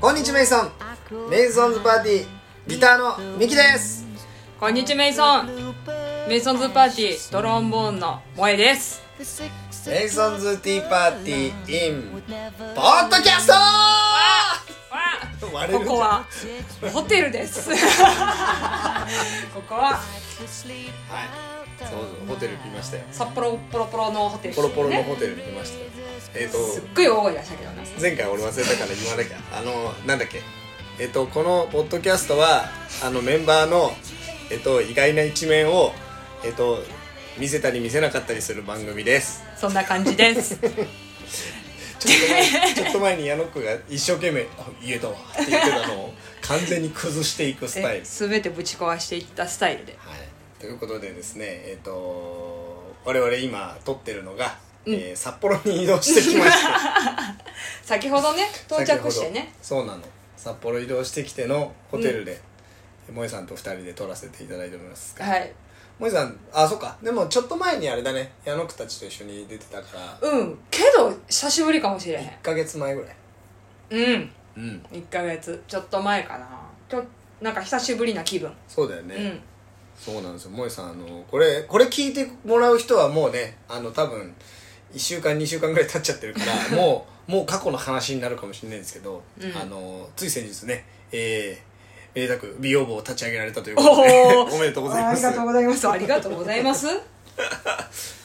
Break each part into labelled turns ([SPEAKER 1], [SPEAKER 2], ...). [SPEAKER 1] こんにちはメイソンメイソンズパーティーギターのミキです
[SPEAKER 2] こんにちはメイソンメイソンズパーティードロンボーンの萌えです
[SPEAKER 1] メイソンズティーパーティーインポッドキャスト
[SPEAKER 2] わあ
[SPEAKER 1] 割れ
[SPEAKER 2] こ
[SPEAKER 1] る
[SPEAKER 2] こはホテルです ここは
[SPEAKER 1] はいそうそうホテル来ましたよ
[SPEAKER 2] 札幌ポロポロのホテル
[SPEAKER 1] ポロポロの
[SPEAKER 2] ね
[SPEAKER 1] ホテルに来ましたよえっ、と
[SPEAKER 2] すっごい大声出したけどな
[SPEAKER 1] 前回俺忘れたから言わなきゃあのなんだっけえっ、とこのポッドキャストはあのメンバーのえっ、と意外な一面をえっ、と見せたり見せなかったりする番組です
[SPEAKER 2] そんな感じです
[SPEAKER 1] ちょっと前ちょっと前に矢野くんが一生懸命「あ家だわ」って言ってたのを完全に崩していくスタイル
[SPEAKER 2] え全てぶち壊していったスタイルで
[SPEAKER 1] はい、ということでですねえっ、と我々今撮ってるのが、えー札幌に移動してきました
[SPEAKER 2] 先ほどね 到着
[SPEAKER 1] 先
[SPEAKER 2] して
[SPEAKER 1] ほど
[SPEAKER 2] ね
[SPEAKER 1] そうなの札幌移動してきてのホテルで、萌えさんと二人で撮らせていただいておりますが、
[SPEAKER 2] はい
[SPEAKER 1] 萌えさんあそっかでもちょっと前にあれだね矢野くたちと一緒に出てたから
[SPEAKER 2] うんけど久しぶりかもしれへん
[SPEAKER 1] 1ヶ月前ぐらい
[SPEAKER 2] うん
[SPEAKER 1] うん
[SPEAKER 2] 1ヶ月ちょっと前かなちょなんか久しぶりな気分
[SPEAKER 1] そうだよね、
[SPEAKER 2] うん
[SPEAKER 1] そうなんですよ萌えさんあのこれこれ聞いてもらう人はもうねあの多分1週間2週間ぐらい経っちゃってるから もうもう過去の話になるかもしれないんですけど、
[SPEAKER 2] うん
[SPEAKER 1] あのつい先日ねえー、めでたく美容部を立ち上げられたということで
[SPEAKER 2] お
[SPEAKER 1] おめでとうござい
[SPEAKER 2] あ
[SPEAKER 1] ま
[SPEAKER 2] り
[SPEAKER 1] す
[SPEAKER 2] がとうございますありがとうございます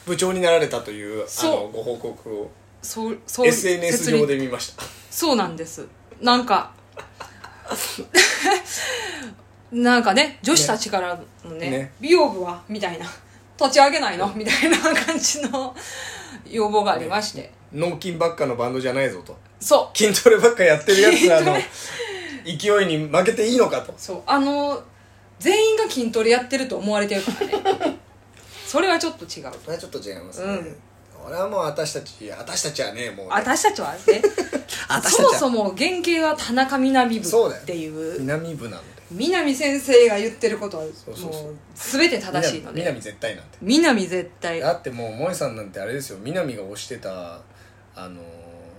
[SPEAKER 1] 部長になられたというあ
[SPEAKER 2] そう
[SPEAKER 1] のご報告を
[SPEAKER 2] そうそう
[SPEAKER 1] SNS 上で見ました
[SPEAKER 2] そうなんですなんか なんかね女子たちからのね
[SPEAKER 1] ね
[SPEAKER 2] 美容部はみたいな立ち上げないのみたいな感じの 要望がありまして、
[SPEAKER 1] 脳筋ばっかのバンドじゃないぞと
[SPEAKER 2] そう
[SPEAKER 1] 筋トレばっかやってるやつらの
[SPEAKER 2] 筋
[SPEAKER 1] 勢いに負けていいのかと
[SPEAKER 2] そうあの全員が筋トレやってると思われてるから ねそれはちょっと違う
[SPEAKER 1] それはちょっと違います
[SPEAKER 2] う
[SPEAKER 1] ね
[SPEAKER 2] ん
[SPEAKER 1] 俺はもう私たち私たちはねもうね
[SPEAKER 2] 私たちはね
[SPEAKER 1] 私
[SPEAKER 2] そも
[SPEAKER 1] たち
[SPEAKER 2] そ
[SPEAKER 1] は
[SPEAKER 2] も原型は田中みな実部
[SPEAKER 1] そうだよ
[SPEAKER 2] っていう
[SPEAKER 1] 南部なので
[SPEAKER 2] 南先生が言ってることはも
[SPEAKER 1] そうそうそう
[SPEAKER 2] う全て正しいの
[SPEAKER 1] 南
[SPEAKER 2] で
[SPEAKER 1] 南絶対なんて
[SPEAKER 2] 南絶対
[SPEAKER 1] だってもう萌さんなんてあれですよ南が推してたあのー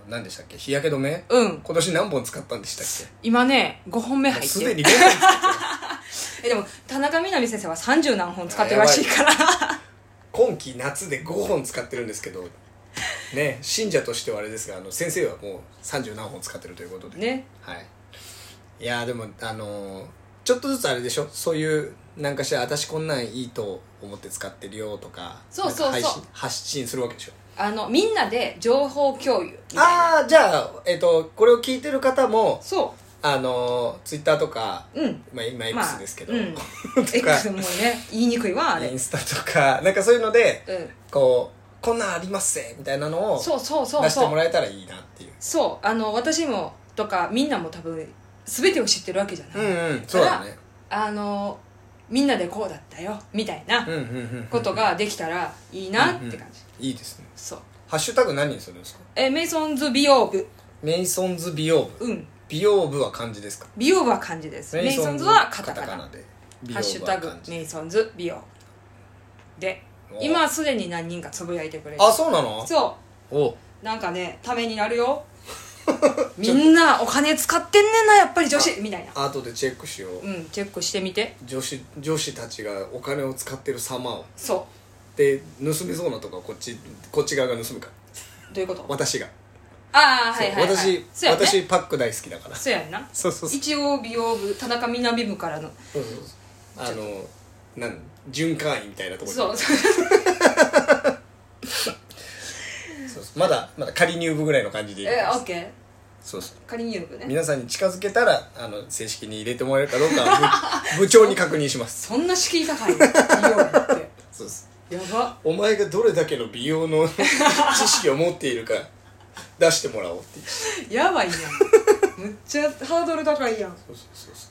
[SPEAKER 1] 何でしたっけ日焼け止め
[SPEAKER 2] うん
[SPEAKER 1] 今年何本使ったんでしたっ
[SPEAKER 2] 今ね5本 目
[SPEAKER 1] けもう
[SPEAKER 2] 入っ
[SPEAKER 1] す
[SPEAKER 2] て
[SPEAKER 1] で
[SPEAKER 2] る
[SPEAKER 1] に5本使ってる
[SPEAKER 2] えでも田中みな実先生は30何本使ってるらしいから
[SPEAKER 1] 今季夏で5本使ってるんですけどね信者としてはあれですがあの先生はもう30何本使ってるということで
[SPEAKER 2] ね
[SPEAKER 1] はいいやーでもあのーちょっとずつあれでしょそういうなんかしら私こんなんいいと思って使ってるよとか
[SPEAKER 2] そうそうそう
[SPEAKER 1] なんか配信発信するわけでしょ
[SPEAKER 2] あのみんなで情報共有みたいな
[SPEAKER 1] ああじゃあ、えっとこれを聞いてる方も
[SPEAKER 2] そ
[SPEAKER 1] あのツイッター Twitter とか、
[SPEAKER 2] ううん
[SPEAKER 1] まあ、今 X ですけど、
[SPEAKER 2] う ん
[SPEAKER 1] とか
[SPEAKER 2] X もね言いにくいわあれ
[SPEAKER 1] インスタとかなんかそういうので
[SPEAKER 2] うん
[SPEAKER 1] こうこんなんありますぜみたいなのを
[SPEAKER 2] そうそうそう
[SPEAKER 1] 出しても
[SPEAKER 2] そう
[SPEAKER 1] らえたらいいなっていう
[SPEAKER 2] そうあの私もとかみんなも多分全てを知ってるわけじゃない、
[SPEAKER 1] うんうんそうだね
[SPEAKER 2] あのみんなでこうだったよみたいな
[SPEAKER 1] うんうんうんうん
[SPEAKER 2] ことができたらいいなって感じ、
[SPEAKER 1] いいですね
[SPEAKER 2] そう
[SPEAKER 1] ハッシュタグ何にするんですか
[SPEAKER 2] えメイソンズ美容部
[SPEAKER 1] メイソンズ美容部
[SPEAKER 2] うん
[SPEAKER 1] 美容部は漢字ですか
[SPEAKER 2] 美容部は漢字ですメイソンズはカタカナ
[SPEAKER 1] で美
[SPEAKER 2] ハッ
[SPEAKER 1] 容
[SPEAKER 2] シュ
[SPEAKER 1] 部
[SPEAKER 2] タ
[SPEAKER 1] は
[SPEAKER 2] グ
[SPEAKER 1] 漢字
[SPEAKER 2] メイソンズ美容で
[SPEAKER 1] お
[SPEAKER 2] 今はすでに何人かつぶやいてくれる
[SPEAKER 1] あそうなの
[SPEAKER 2] そ
[SPEAKER 1] お
[SPEAKER 2] うなんかねためにな るよみんなお金使ってんねんなやっぱり女子みたいな
[SPEAKER 1] 後でチェックしよう
[SPEAKER 2] うんチェックしてみて
[SPEAKER 1] 女子女子たちがお金を使ってる様を
[SPEAKER 2] そ
[SPEAKER 1] で盗めそうなとこはこっちこっち側が盗むから
[SPEAKER 2] うどういうこと
[SPEAKER 1] 私が、
[SPEAKER 2] ああはいはい、は
[SPEAKER 1] そ
[SPEAKER 2] い、
[SPEAKER 1] う私
[SPEAKER 2] そうやね
[SPEAKER 1] 私パック大好きだから
[SPEAKER 2] そうやんな
[SPEAKER 1] そうそうそう
[SPEAKER 2] 一応美容部田中みな実部からの
[SPEAKER 1] そうそうそうあのなん循環員みたいなところで
[SPEAKER 2] そう
[SPEAKER 1] そうそうまだまだ仮入部ぐらいの感じでいい
[SPEAKER 2] えオッケー
[SPEAKER 1] そうそう
[SPEAKER 2] 仮入部ね
[SPEAKER 1] 皆さんに近づけたらあの正式に入れてもらえるかどうかは部 部長に確認します
[SPEAKER 2] そんな敷居高いの美容部っ
[SPEAKER 1] そうです
[SPEAKER 2] てやば
[SPEAKER 1] お前がどれだけの美容の知識を持っているか出してもらおうっていう
[SPEAKER 2] やばいやんむっちゃハードル高いやん
[SPEAKER 1] そうそうそうそ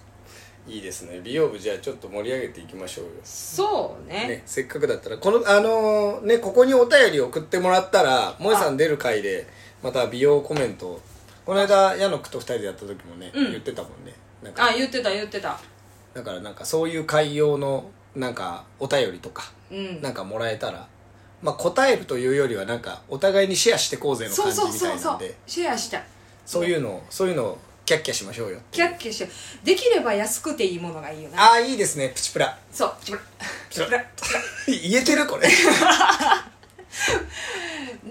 [SPEAKER 1] ういいですね美容部じゃあちょっと盛り上げていきましょうよ
[SPEAKER 2] そうね
[SPEAKER 1] ね、せっかくだったらこのあのーねここにお便り送ってもらったら萌えさん出る回でまた美容コメントをこの間矢野くと二人でやった時もね、
[SPEAKER 2] うん
[SPEAKER 1] 言ってたもんねなんか
[SPEAKER 2] あ言ってた言ってた
[SPEAKER 1] だからなんかそういう回用のなんかお便りとか
[SPEAKER 2] うん
[SPEAKER 1] なんかもらえたら、まあ、答えるというよりはなんかお互いにシェアしてこうぜの
[SPEAKER 2] そ
[SPEAKER 1] 感
[SPEAKER 2] う
[SPEAKER 1] じ
[SPEAKER 2] そう
[SPEAKER 1] みた
[SPEAKER 2] そう
[SPEAKER 1] いな
[SPEAKER 2] そ
[SPEAKER 1] ん
[SPEAKER 2] う
[SPEAKER 1] で
[SPEAKER 2] シェアしたい
[SPEAKER 1] そういうのをそういうのをキャッキャしましょうよ
[SPEAKER 2] キャッキャしてできれば安くていいものがいいよな
[SPEAKER 1] ああいいですねプチプラ
[SPEAKER 2] そうプチプラプチプラ
[SPEAKER 1] 言えてるこれ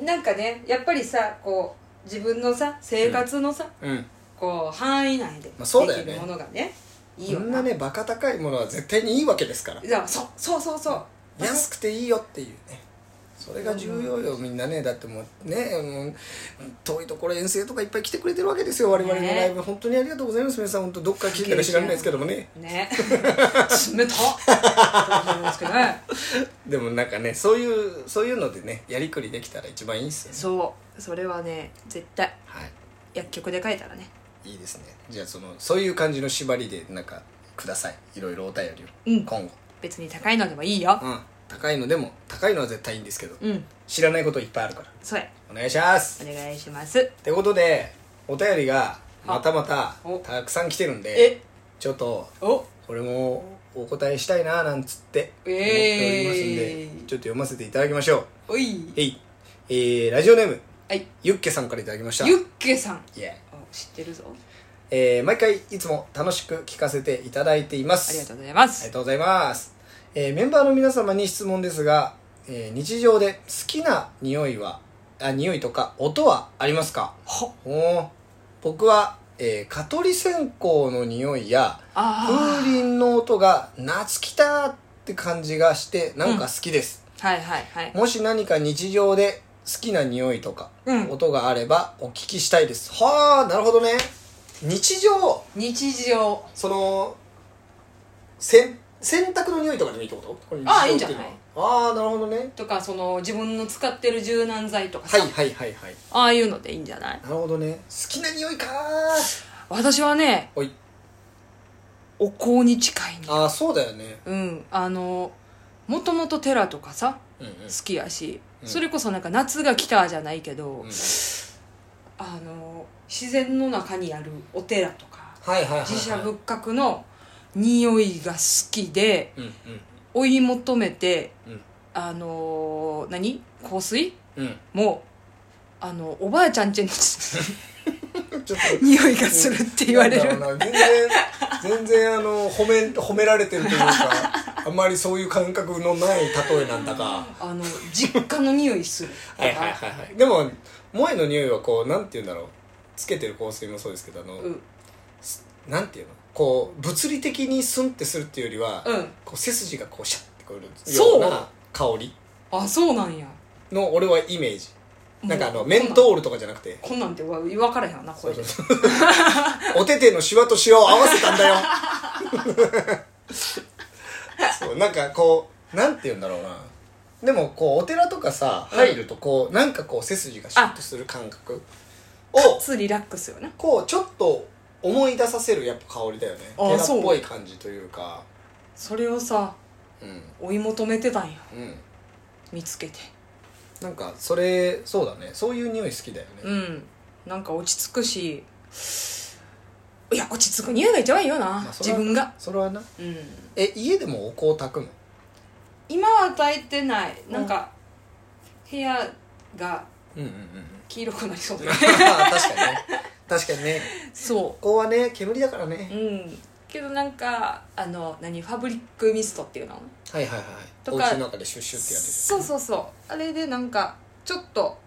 [SPEAKER 2] なんかねやっぱりさこう自分のさ生活のさ、
[SPEAKER 1] うん
[SPEAKER 2] こう範囲内で
[SPEAKER 1] まあそうだよね
[SPEAKER 2] できるものがねいい
[SPEAKER 1] こ
[SPEAKER 2] よ
[SPEAKER 1] んなねバカ高いものは絶対にいいわけですから
[SPEAKER 2] いやそうそうそうそう
[SPEAKER 1] 安くていいよっていうねそれが重要よみんなねだってもうねもう遠いところ遠征とかいっぱい来てくれてるわけですよ我々のライブ、本当にありがとうございます皆さん本当どっから来てたら知らないですけどもね
[SPEAKER 2] ね 冷たっですけどね
[SPEAKER 1] でもなんかねそういうそういうのでねやりくりできたら一番いいっすよね
[SPEAKER 2] そうそれはね絶対
[SPEAKER 1] は
[SPEAKER 2] 薬局で書いたらね
[SPEAKER 1] いいいですねじゃあそのそういう感じの縛りでなんかくださいいろいろお便りを、
[SPEAKER 2] うん
[SPEAKER 1] 今後
[SPEAKER 2] 別に高いのでもいいよ
[SPEAKER 1] うん高いのでも高いのは絶対いいんですけど、
[SPEAKER 2] うん
[SPEAKER 1] 知らないこといっぱいあるから
[SPEAKER 2] そうや
[SPEAKER 1] お願いします
[SPEAKER 2] お願いします
[SPEAKER 1] ってことでお便りがまたまた
[SPEAKER 2] お
[SPEAKER 1] たくさん来てるんで
[SPEAKER 2] え
[SPEAKER 1] ちょっと
[SPEAKER 2] お
[SPEAKER 1] これもお答えしたいななんつって思っておりますんで、
[SPEAKER 2] え
[SPEAKER 1] ち
[SPEAKER 2] ー
[SPEAKER 1] ょっと読ませていただきましょ
[SPEAKER 2] おいう
[SPEAKER 1] えい、えー、ラジオネーム
[SPEAKER 2] はい
[SPEAKER 1] ユッケさんからいただきました
[SPEAKER 2] ユッケさん
[SPEAKER 1] イエーイ
[SPEAKER 2] お知ってるぞ
[SPEAKER 1] えー毎回いつも楽しく聞かせていただいています
[SPEAKER 2] ありがとうございま
[SPEAKER 1] あり
[SPEAKER 2] す
[SPEAKER 1] がとうございます、えーメンバーの皆様に質問ですが、えー日常で好きな匂いはあ匂いとか音はありますか
[SPEAKER 2] ほ
[SPEAKER 1] おー僕は、えー、蚊取り線香の匂いや風
[SPEAKER 2] あ
[SPEAKER 1] 鈴の音が夏来たって感じがしてなんか好きです、
[SPEAKER 2] あはいはいはい
[SPEAKER 1] もし何か日常で好きな匂いとか、
[SPEAKER 2] うん
[SPEAKER 1] 音があればお聞きしたいですはあなるほどね日常
[SPEAKER 2] 日常
[SPEAKER 1] そのせん洗濯の匂いとかでもいいってことこれ日常
[SPEAKER 2] ああいいんじゃな
[SPEAKER 1] っ
[SPEAKER 2] い
[SPEAKER 1] てうのはああなるほどね
[SPEAKER 2] とかその自分の使ってる柔軟剤とか
[SPEAKER 1] は
[SPEAKER 2] さ、
[SPEAKER 1] いはいはいはい
[SPEAKER 2] ああいうのでいいんじゃない
[SPEAKER 1] なるほどね好きな匂いか
[SPEAKER 2] 私はね
[SPEAKER 1] おい
[SPEAKER 2] お香に近いね
[SPEAKER 1] ああそうだよね
[SPEAKER 2] うんあのもともと寺とかさ
[SPEAKER 1] うんうん
[SPEAKER 2] 好きやし、
[SPEAKER 1] うん
[SPEAKER 2] それこそなんか夏が来たじゃないけど、
[SPEAKER 1] うん
[SPEAKER 2] あの自然の中にあるお寺とか
[SPEAKER 1] はいはいはいはい
[SPEAKER 2] 寺社仏閣の匂いが好きで
[SPEAKER 1] うん
[SPEAKER 2] 追い求めて
[SPEAKER 1] うんうん
[SPEAKER 2] あの何香水
[SPEAKER 1] うん
[SPEAKER 2] もあのおばあちゃんちに
[SPEAKER 1] ちょっと
[SPEAKER 2] 匂いがするって言われる
[SPEAKER 1] なんだろうな全然全然あの褒め褒められてるというかあんまりそういう感覚のない例えなんだが
[SPEAKER 2] あの実家の匂いする
[SPEAKER 1] はいはいはいはいでも萌えの匂いはこうなんて言うんだろうつけてる香水もそうですけどあの、
[SPEAKER 2] うん
[SPEAKER 1] なんていうのこう物理的にスンってするっていうよりは、
[SPEAKER 2] うん
[SPEAKER 1] こう背筋がこうシャッてこうる
[SPEAKER 2] そ
[SPEAKER 1] よう
[SPEAKER 2] う
[SPEAKER 1] な香り
[SPEAKER 2] あそうなんや
[SPEAKER 1] の俺はイメージなんかあ
[SPEAKER 2] も
[SPEAKER 1] の
[SPEAKER 2] う
[SPEAKER 1] メントールとかじゃなくて
[SPEAKER 2] こんなんてわ分からへんわなこれで
[SPEAKER 1] そうそうそうお手手のシワとシワを合わせたんだよそうなんかこうなんて言うんだろうなでもこうお寺とかさ
[SPEAKER 2] うん
[SPEAKER 1] 入るとこう、なんかこう背筋がシュッとする感覚を
[SPEAKER 2] つリラックスよな
[SPEAKER 1] こうちょっと思い出させるやっぱ香りだよね
[SPEAKER 2] あー
[SPEAKER 1] 寺っぽい感じというか
[SPEAKER 2] それをさ
[SPEAKER 1] うん
[SPEAKER 2] 追い求めてたんや
[SPEAKER 1] うん
[SPEAKER 2] 見つけて
[SPEAKER 1] なんかそれそうだねそういう匂い好きだよね、
[SPEAKER 2] うんなんか落ち着くしいや落ち着く匂いが一番いいよな、
[SPEAKER 1] まあそれ
[SPEAKER 2] 自
[SPEAKER 1] は
[SPEAKER 2] 分が
[SPEAKER 1] それはな
[SPEAKER 2] うん
[SPEAKER 1] え家でもお香炊くの
[SPEAKER 2] 今は炊いてないなんか部屋が
[SPEAKER 1] うんうんうん
[SPEAKER 2] 黄色くなりそうだね
[SPEAKER 1] 確かにね確かにね
[SPEAKER 2] そ
[SPEAKER 1] お香はね煙だから
[SPEAKER 2] うう
[SPEAKER 1] ね、
[SPEAKER 2] んけどなんかあの何ファブリックミストっていうの
[SPEAKER 1] はいはいはい
[SPEAKER 2] と
[SPEAKER 1] お
[SPEAKER 2] か
[SPEAKER 1] 家の中でシュッシュッってやる
[SPEAKER 2] そうそうそうあれでなんかちょっと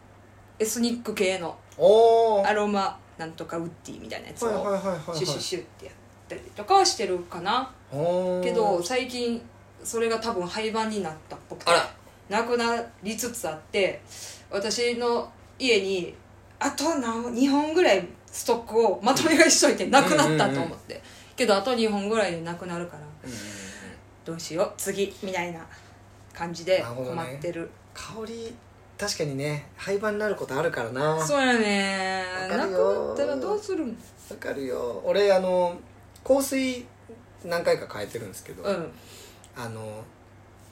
[SPEAKER 2] エスニック系の
[SPEAKER 1] おお
[SPEAKER 2] アロマなんとかウッディみたいなやつ
[SPEAKER 1] はいはい
[SPEAKER 2] を
[SPEAKER 1] はいはいはい
[SPEAKER 2] シュシュシュってやったりとかはしてるかな
[SPEAKER 1] おー
[SPEAKER 2] けど最近それが多分廃盤になったっぽくて
[SPEAKER 1] あら
[SPEAKER 2] なくなりつつあって私の家にあと何2本ぐらいストックをまとめ買いしといてなくなったと思ってけどあと2本ぐらいでなくなるから
[SPEAKER 1] うんうんうん
[SPEAKER 2] どうしよう次みたいな感じで
[SPEAKER 1] なるほどね
[SPEAKER 2] 困ってる
[SPEAKER 1] 香り確かにね廃盤になることあるからなわ
[SPEAKER 2] そうやね
[SPEAKER 1] わか
[SPEAKER 2] な
[SPEAKER 1] る
[SPEAKER 2] く
[SPEAKER 1] よ
[SPEAKER 2] なったらどうするん
[SPEAKER 1] かるよ俺あの香水何回か変えてるんですけど、
[SPEAKER 2] うん
[SPEAKER 1] あの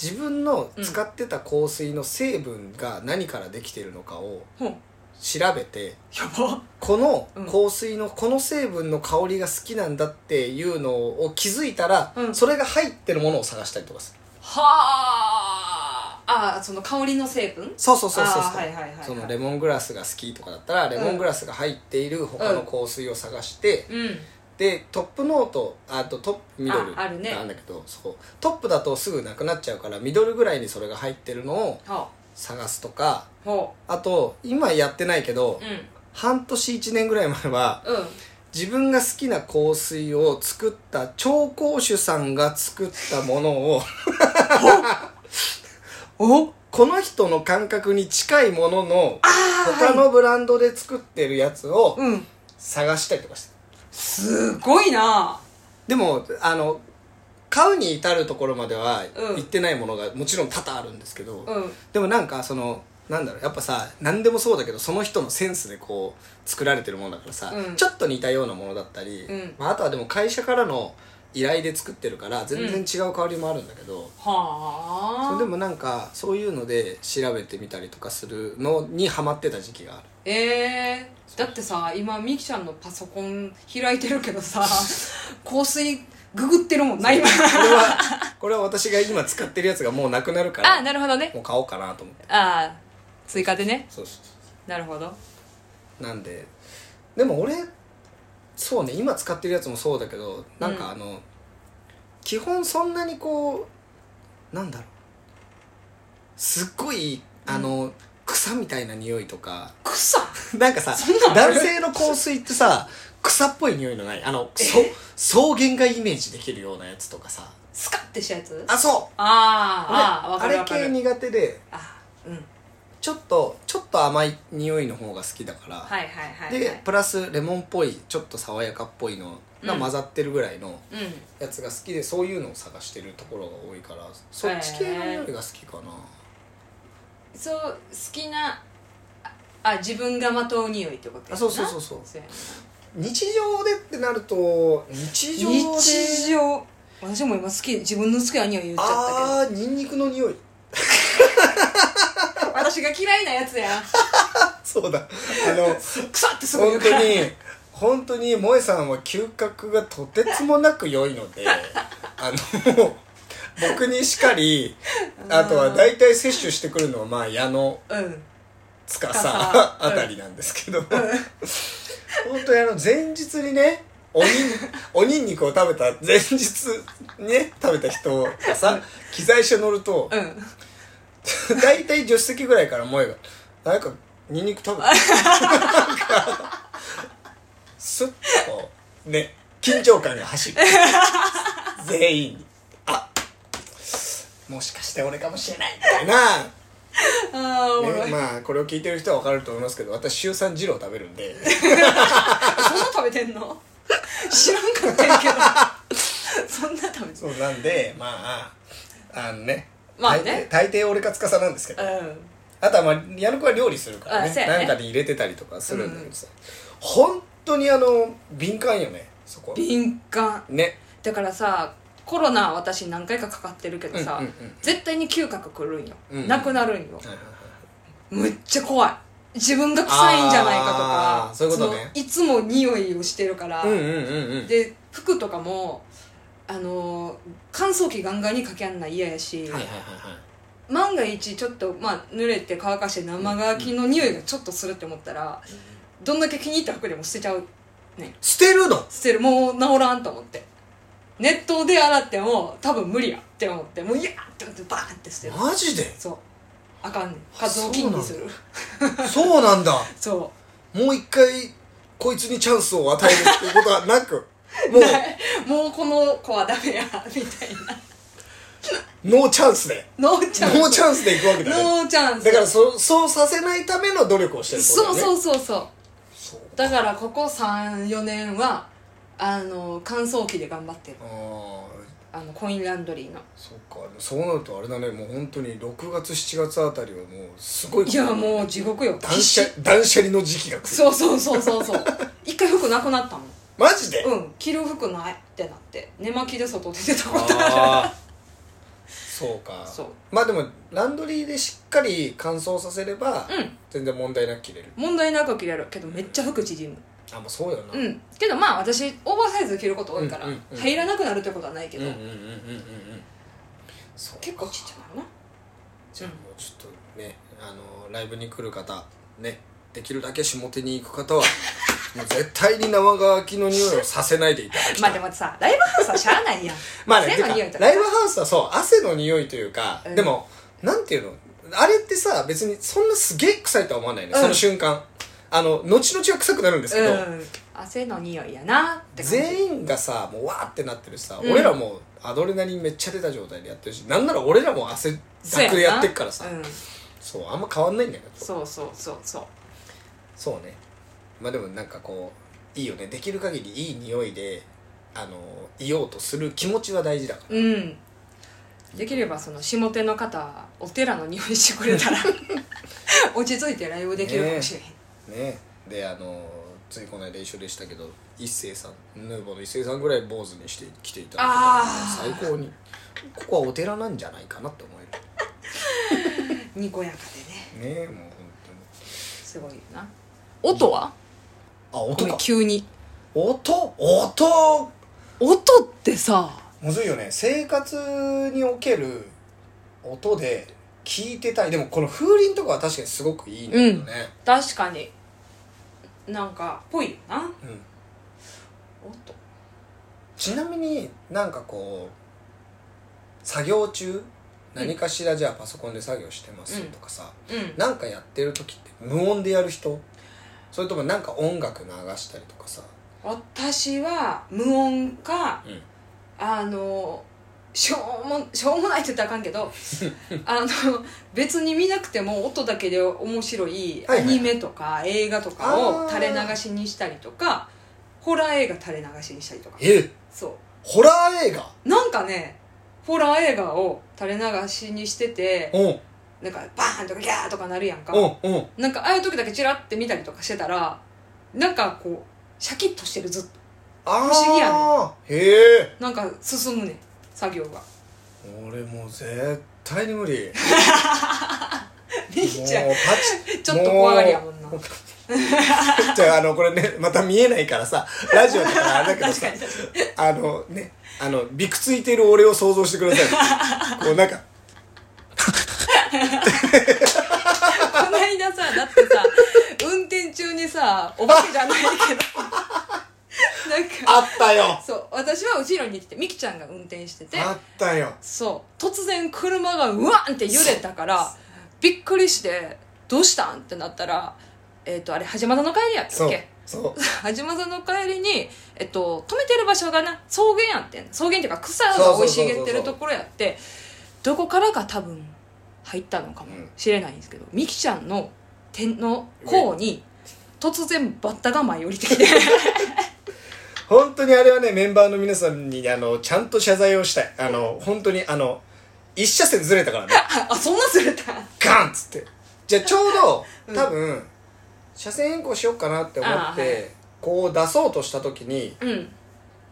[SPEAKER 1] 自分の使ってた香水の成分が何からできてるのかを
[SPEAKER 2] ほん
[SPEAKER 1] 調べて、
[SPEAKER 2] やば
[SPEAKER 1] この
[SPEAKER 2] うん
[SPEAKER 1] 香水のこの成分の香りが好きなんだっていうのを気づいたら、
[SPEAKER 2] うん
[SPEAKER 1] それが入ってるものを探したりとかする
[SPEAKER 2] はあああその香りの成分
[SPEAKER 1] そうそうそうそうそ
[SPEAKER 2] あーはいはいはいは
[SPEAKER 1] う
[SPEAKER 2] い
[SPEAKER 1] そのレモングラスが好きとかだったらレモングラスが入っている他の香水を探して、
[SPEAKER 2] うん
[SPEAKER 1] でトップノートあとトップミドル
[SPEAKER 2] ああるね
[SPEAKER 1] なんだけど、そうトップだとすぐなくなっちゃうからミドルぐらいにそれが入ってるのを
[SPEAKER 2] ほ
[SPEAKER 1] 探すとか
[SPEAKER 2] うほ
[SPEAKER 1] あと今やってないけど、
[SPEAKER 2] うう
[SPEAKER 1] 半年1年ぐらい前は
[SPEAKER 2] んうん
[SPEAKER 1] 自分が好きな香水を作った調香師さんが作ったものをおこの人の感覚に近いものの
[SPEAKER 2] ああ
[SPEAKER 1] 他のブランドで作ってるやつを
[SPEAKER 2] うん
[SPEAKER 1] 探したりとかして
[SPEAKER 2] すごいな
[SPEAKER 1] でもあの買うに至るところまでは
[SPEAKER 2] うん
[SPEAKER 1] 行ってないものがもちろん多々あるんですけど、
[SPEAKER 2] うん
[SPEAKER 1] でもなんかそのなんだろうやっぱさ何でもそうだけどその人のセンスでこう作られてるものだからさ、
[SPEAKER 2] うん
[SPEAKER 1] ちょっと似たようなものだったり、
[SPEAKER 2] うん
[SPEAKER 1] まあ、あとはでも会社からの依頼で作ってるから全然違う香りもあるんだけど、
[SPEAKER 2] は
[SPEAKER 1] そ
[SPEAKER 2] あ
[SPEAKER 1] れでもなんかそういうので調べてみたりとかするのにハマってた時期 がある
[SPEAKER 2] えー、だってさ今みきちゃんのパソコン開いてるけどさ香水ググってるもんな今
[SPEAKER 1] これはこれは私が今使ってるやつがもうなくなるから
[SPEAKER 2] あなるほどね
[SPEAKER 1] もう買おうかなと思って
[SPEAKER 2] ああ追加でね
[SPEAKER 1] そうそうそう
[SPEAKER 2] なるほど
[SPEAKER 1] なんででも俺そうね今使ってるやつもそうだけどなんかあの、基本そんなにこうなんだろうすっごいあの、草みたいな匂いとか
[SPEAKER 2] 草
[SPEAKER 1] なんかさ
[SPEAKER 2] んなの
[SPEAKER 1] 男性の香水ってさ草っぽい匂いのないあのそ草原がイメージできるようなやつとかさ
[SPEAKER 2] スカッてしたやつ
[SPEAKER 1] あそう
[SPEAKER 2] あーあーわ
[SPEAKER 1] 俺
[SPEAKER 2] か
[SPEAKER 1] あ
[SPEAKER 2] る
[SPEAKER 1] れ
[SPEAKER 2] わか
[SPEAKER 1] 系
[SPEAKER 2] る
[SPEAKER 1] 苦手で
[SPEAKER 2] あうん
[SPEAKER 1] ちょっとちょっと甘い匂いの方が好きだから、
[SPEAKER 2] はいはいはいはい
[SPEAKER 1] でプラスレモンっぽいちょっと爽やかっぽいのが
[SPEAKER 2] うん
[SPEAKER 1] 混ざってるぐらいの
[SPEAKER 2] うん
[SPEAKER 1] やつが好きで、そういうのを探してるところが多いからそっち系の匂いが好きかな、
[SPEAKER 2] そう好きなああ自分がまとう匂いってことやな
[SPEAKER 1] あそうそうそうそう
[SPEAKER 2] やな
[SPEAKER 1] 日常でってなると日常で
[SPEAKER 2] 日常私も今好き自分の好きな匂い言っちゃった
[SPEAKER 1] ああニンニクの匂い
[SPEAKER 2] けど私が嫌いなやつやん
[SPEAKER 1] そうだあ の
[SPEAKER 2] 腐ってすごい
[SPEAKER 1] 本
[SPEAKER 2] 言うか
[SPEAKER 1] 当
[SPEAKER 2] ら
[SPEAKER 1] に本当に萌えさんは嗅覚がとてつもなく良いの であの僕にしかりあとは大体摂取してくるのはまあ矢野
[SPEAKER 2] うん
[SPEAKER 1] つか
[SPEAKER 2] さ
[SPEAKER 1] さあたりなんですけど、 本当にあの前日にねおにんおにんにくを食べた前日にね食べた人がさ機材車乗ると
[SPEAKER 2] うん
[SPEAKER 1] 大体助手席ぐらいから萌えが「なんかニンニク食べた」なんかスッとこうね緊張感が走る全員に「あもしかして俺かもしれない」みたいな。
[SPEAKER 2] あーおもろい、
[SPEAKER 1] ね、まあこれを聞いてる人は分かると思いますけど私週3二郎食べるん で
[SPEAKER 2] そんな食べてんの知らんかったんやけどそんな食べてん
[SPEAKER 1] そうなんでまああのね
[SPEAKER 2] まあね
[SPEAKER 1] 大抵大抵俺かつかさなんですけど
[SPEAKER 2] の
[SPEAKER 1] あとはまあ矢野子は料理するから
[SPEAKER 2] あ
[SPEAKER 1] ね
[SPEAKER 2] そうやね
[SPEAKER 1] なんかに入れてたりとかするんだけどさ、本当にあの敏感よねそこ
[SPEAKER 2] うん敏感
[SPEAKER 1] ね
[SPEAKER 2] だからさコロナ私何回かかかってるけどさ、
[SPEAKER 1] うんうんうん
[SPEAKER 2] 絶対に嗅覚くるんよ、
[SPEAKER 1] うんうん
[SPEAKER 2] なくなるんよ
[SPEAKER 1] はいはいはい
[SPEAKER 2] むっちゃ怖い自分が臭いんじゃないかとか
[SPEAKER 1] あーそういうことね
[SPEAKER 2] そのいつも匂いをしてるから、
[SPEAKER 1] うんうんうんうん
[SPEAKER 2] で服とかもあのー乾燥機ガンガンにかけあんない嫌やし、
[SPEAKER 1] はいはいはいはい
[SPEAKER 2] 万が一ちょっと、まあ、濡れて乾かして生乾きの匂いがちょっとするって思ったら、どんだけ気に入った服でも捨てちゃう
[SPEAKER 1] 捨てるの
[SPEAKER 2] 捨てるもう治らんと思って熱湯で洗っても多分無理やって思ってもういやーって思ってバーンって捨てる
[SPEAKER 1] マジで
[SPEAKER 2] そうあかんねん数を金にする
[SPEAKER 1] そうなんだ
[SPEAKER 2] そう
[SPEAKER 1] もう一回こいつにチャンスを与えるっていうことはなくも う
[SPEAKER 2] もうこの子はダメやみたいな
[SPEAKER 1] ノーチャンスで
[SPEAKER 2] ノーチャンス
[SPEAKER 1] ノーチャンスでいくわけだね
[SPEAKER 2] ノーチャンス
[SPEAKER 1] だからそそうさせないための努力をしてるってこ
[SPEAKER 2] そ
[SPEAKER 1] と
[SPEAKER 2] う
[SPEAKER 1] だ
[SPEAKER 2] そ
[SPEAKER 1] ね
[SPEAKER 2] うそうそう
[SPEAKER 1] そう
[SPEAKER 2] だからここ34年はあの乾燥機で頑張ってる
[SPEAKER 1] ああ
[SPEAKER 2] あのコインランドリーの
[SPEAKER 1] そうかそうなるとあれだねもう本当に6月7月あたりはもうすごい
[SPEAKER 2] いやもう地獄よ
[SPEAKER 1] 断捨断捨離の時期が来る
[SPEAKER 2] そうそうそうそうそう 一回服なくなったもん
[SPEAKER 1] マジで、
[SPEAKER 2] うん着る服ないってなって寝巻きで外出てたことあ
[SPEAKER 1] ああそうか
[SPEAKER 2] そう
[SPEAKER 1] まあでもランドリーでしっかり乾燥させれば、
[SPEAKER 2] るうん
[SPEAKER 1] 全然問題なく着れる
[SPEAKER 2] 問題なく着れるけどめっちゃ服縮む
[SPEAKER 1] あまあそうよな、
[SPEAKER 2] うんけどまあ私オーバーサイズ着ること多いから
[SPEAKER 1] うんうんうん
[SPEAKER 2] 入らなくなるってことはないけ
[SPEAKER 1] うん
[SPEAKER 2] ど
[SPEAKER 1] うんうんうんうんうんそう
[SPEAKER 2] 結構ちっちゃなるな
[SPEAKER 1] じゃあもうちょっとねあのライブに来る方ねできるだけ下手に行く 方はもう絶対に生乾きの匂いをさせないでいただきたい
[SPEAKER 2] まあでもさライブハウスはしゃあないやん
[SPEAKER 1] まあね、
[SPEAKER 2] 汗の匂い
[SPEAKER 1] てか
[SPEAKER 2] とか
[SPEAKER 1] ライブハウスはそう汗の匂いというか、
[SPEAKER 2] うん
[SPEAKER 1] でもなんていうのあれってさ別にそんなすげえ臭いとは思わないね、
[SPEAKER 2] うん
[SPEAKER 1] その瞬間あの後々は臭くなるんですけど、
[SPEAKER 2] うん汗の匂いやなって感じ
[SPEAKER 1] 全員がさもうわーってなってるしさ、
[SPEAKER 2] うん
[SPEAKER 1] 俺らもうアドレナリンめっちゃ出た状態でやってるしなんなら俺らも汗だくでやってるからさ
[SPEAKER 2] そ
[SPEAKER 1] そうう,、
[SPEAKER 2] やなう
[SPEAKER 1] あ
[SPEAKER 2] ん
[SPEAKER 1] んま変わんないんだけど
[SPEAKER 2] そうそうそうそう
[SPEAKER 1] そうねまあでもなんかこういいよねできる限りいい匂いであのいようとする気持ちは大事だから
[SPEAKER 2] うんできればその下手の方お寺の匂いしてく れたら落ち着いてライブできるかもしれへん、
[SPEAKER 1] ねであのついこの間一緒でしたけど一星さんヌーボーの一星さんぐらい坊主にして来ていただ
[SPEAKER 2] あ
[SPEAKER 1] けたら最高にここはお寺なんじゃないかなって思
[SPEAKER 2] にこやか
[SPEAKER 1] えるねえもう本
[SPEAKER 2] でねすごいよな音は
[SPEAKER 1] 当
[SPEAKER 2] ご
[SPEAKER 1] にあ音
[SPEAKER 2] めん
[SPEAKER 1] か
[SPEAKER 2] 急に
[SPEAKER 1] 音音
[SPEAKER 2] 音ってさ
[SPEAKER 1] むずいよね生活における音で聞いてたいでもこの風鈴とかは確かにすごくいいんだけどね、
[SPEAKER 2] 確かになんかぽいよな
[SPEAKER 1] うん
[SPEAKER 2] 音
[SPEAKER 1] ちなみになんかこう作業中何かしらじゃあパソコンで作業してますとかさ、
[SPEAKER 2] うん
[SPEAKER 1] なんかやってる時って無音でやる人それともなんか音楽流したりとかさ、
[SPEAKER 2] 私は無音か
[SPEAKER 1] うん、
[SPEAKER 2] あのしょうもしょうもないって言ったらあかんけ どあの別に見なくても音だけで面白い
[SPEAKER 1] はい
[SPEAKER 2] ア
[SPEAKER 1] はい
[SPEAKER 2] ニメとか映画とか
[SPEAKER 1] あー
[SPEAKER 2] を垂れ流しにしたりとかホラー映画垂れ流しにしたりとか
[SPEAKER 1] え
[SPEAKER 2] そ
[SPEAKER 1] ホラー映画
[SPEAKER 2] うなんかねホラー映画を垂れ流しにしてて
[SPEAKER 1] うん
[SPEAKER 2] なんかバーンとかギャーとかなるやんか
[SPEAKER 1] うんうん
[SPEAKER 2] なんかああいう時だけチラって見たりとかしてたらなんかこうシャキッとしてるずっと
[SPEAKER 1] あ
[SPEAKER 2] 不思議や
[SPEAKER 1] ねへえ
[SPEAKER 2] なんか進むねん作業 が
[SPEAKER 1] 俺もう絶対に無理もう
[SPEAKER 2] めっちゃ
[SPEAKER 1] パチ
[SPEAKER 2] ちょっと怖がりやもんな
[SPEAKER 1] う じゃああのこれねまた見えないからさラジオだからあれだけど
[SPEAKER 2] 確
[SPEAKER 1] さ
[SPEAKER 2] かに確かに
[SPEAKER 1] あのね、あの、びくついてる俺を想像してくだ さい。こうなんか、
[SPEAKER 2] この間さだってさ運転中にさお化けじゃない けどなんか
[SPEAKER 1] あったよ
[SPEAKER 2] そう私は後ろに来てみきちゃんが運転してて
[SPEAKER 1] あったよ
[SPEAKER 2] そう突然車がうわんって揺れたからびっくりしてどうしたんってなったらえっ、とあれ始まりの帰りやった
[SPEAKER 1] そ
[SPEAKER 2] っ
[SPEAKER 1] う
[SPEAKER 2] け。
[SPEAKER 1] そう。
[SPEAKER 2] はじまさんの帰りに、えっと、止めてる場所がな草原やってん草原っていうか草が生い茂ってるところやってどこからか多分入ったのかもしれないんですけど、みきちゃんの手の甲に突然バッタが舞い降りてきて
[SPEAKER 1] 本当にあれはね、メンバーの皆さんに、あの、ちゃんと謝罪をしたい。あの、本当に、あの、一車線ずれたから ね、
[SPEAKER 2] あそんなすれた
[SPEAKER 1] ガンっつって。じゃあちょう
[SPEAKER 2] う
[SPEAKER 1] ど、
[SPEAKER 2] ん
[SPEAKER 1] 多分、車線変更しようかなって思
[SPEAKER 2] あ
[SPEAKER 1] っ
[SPEAKER 2] ーはい
[SPEAKER 1] て、こう出そうとした時に、
[SPEAKER 2] うんうん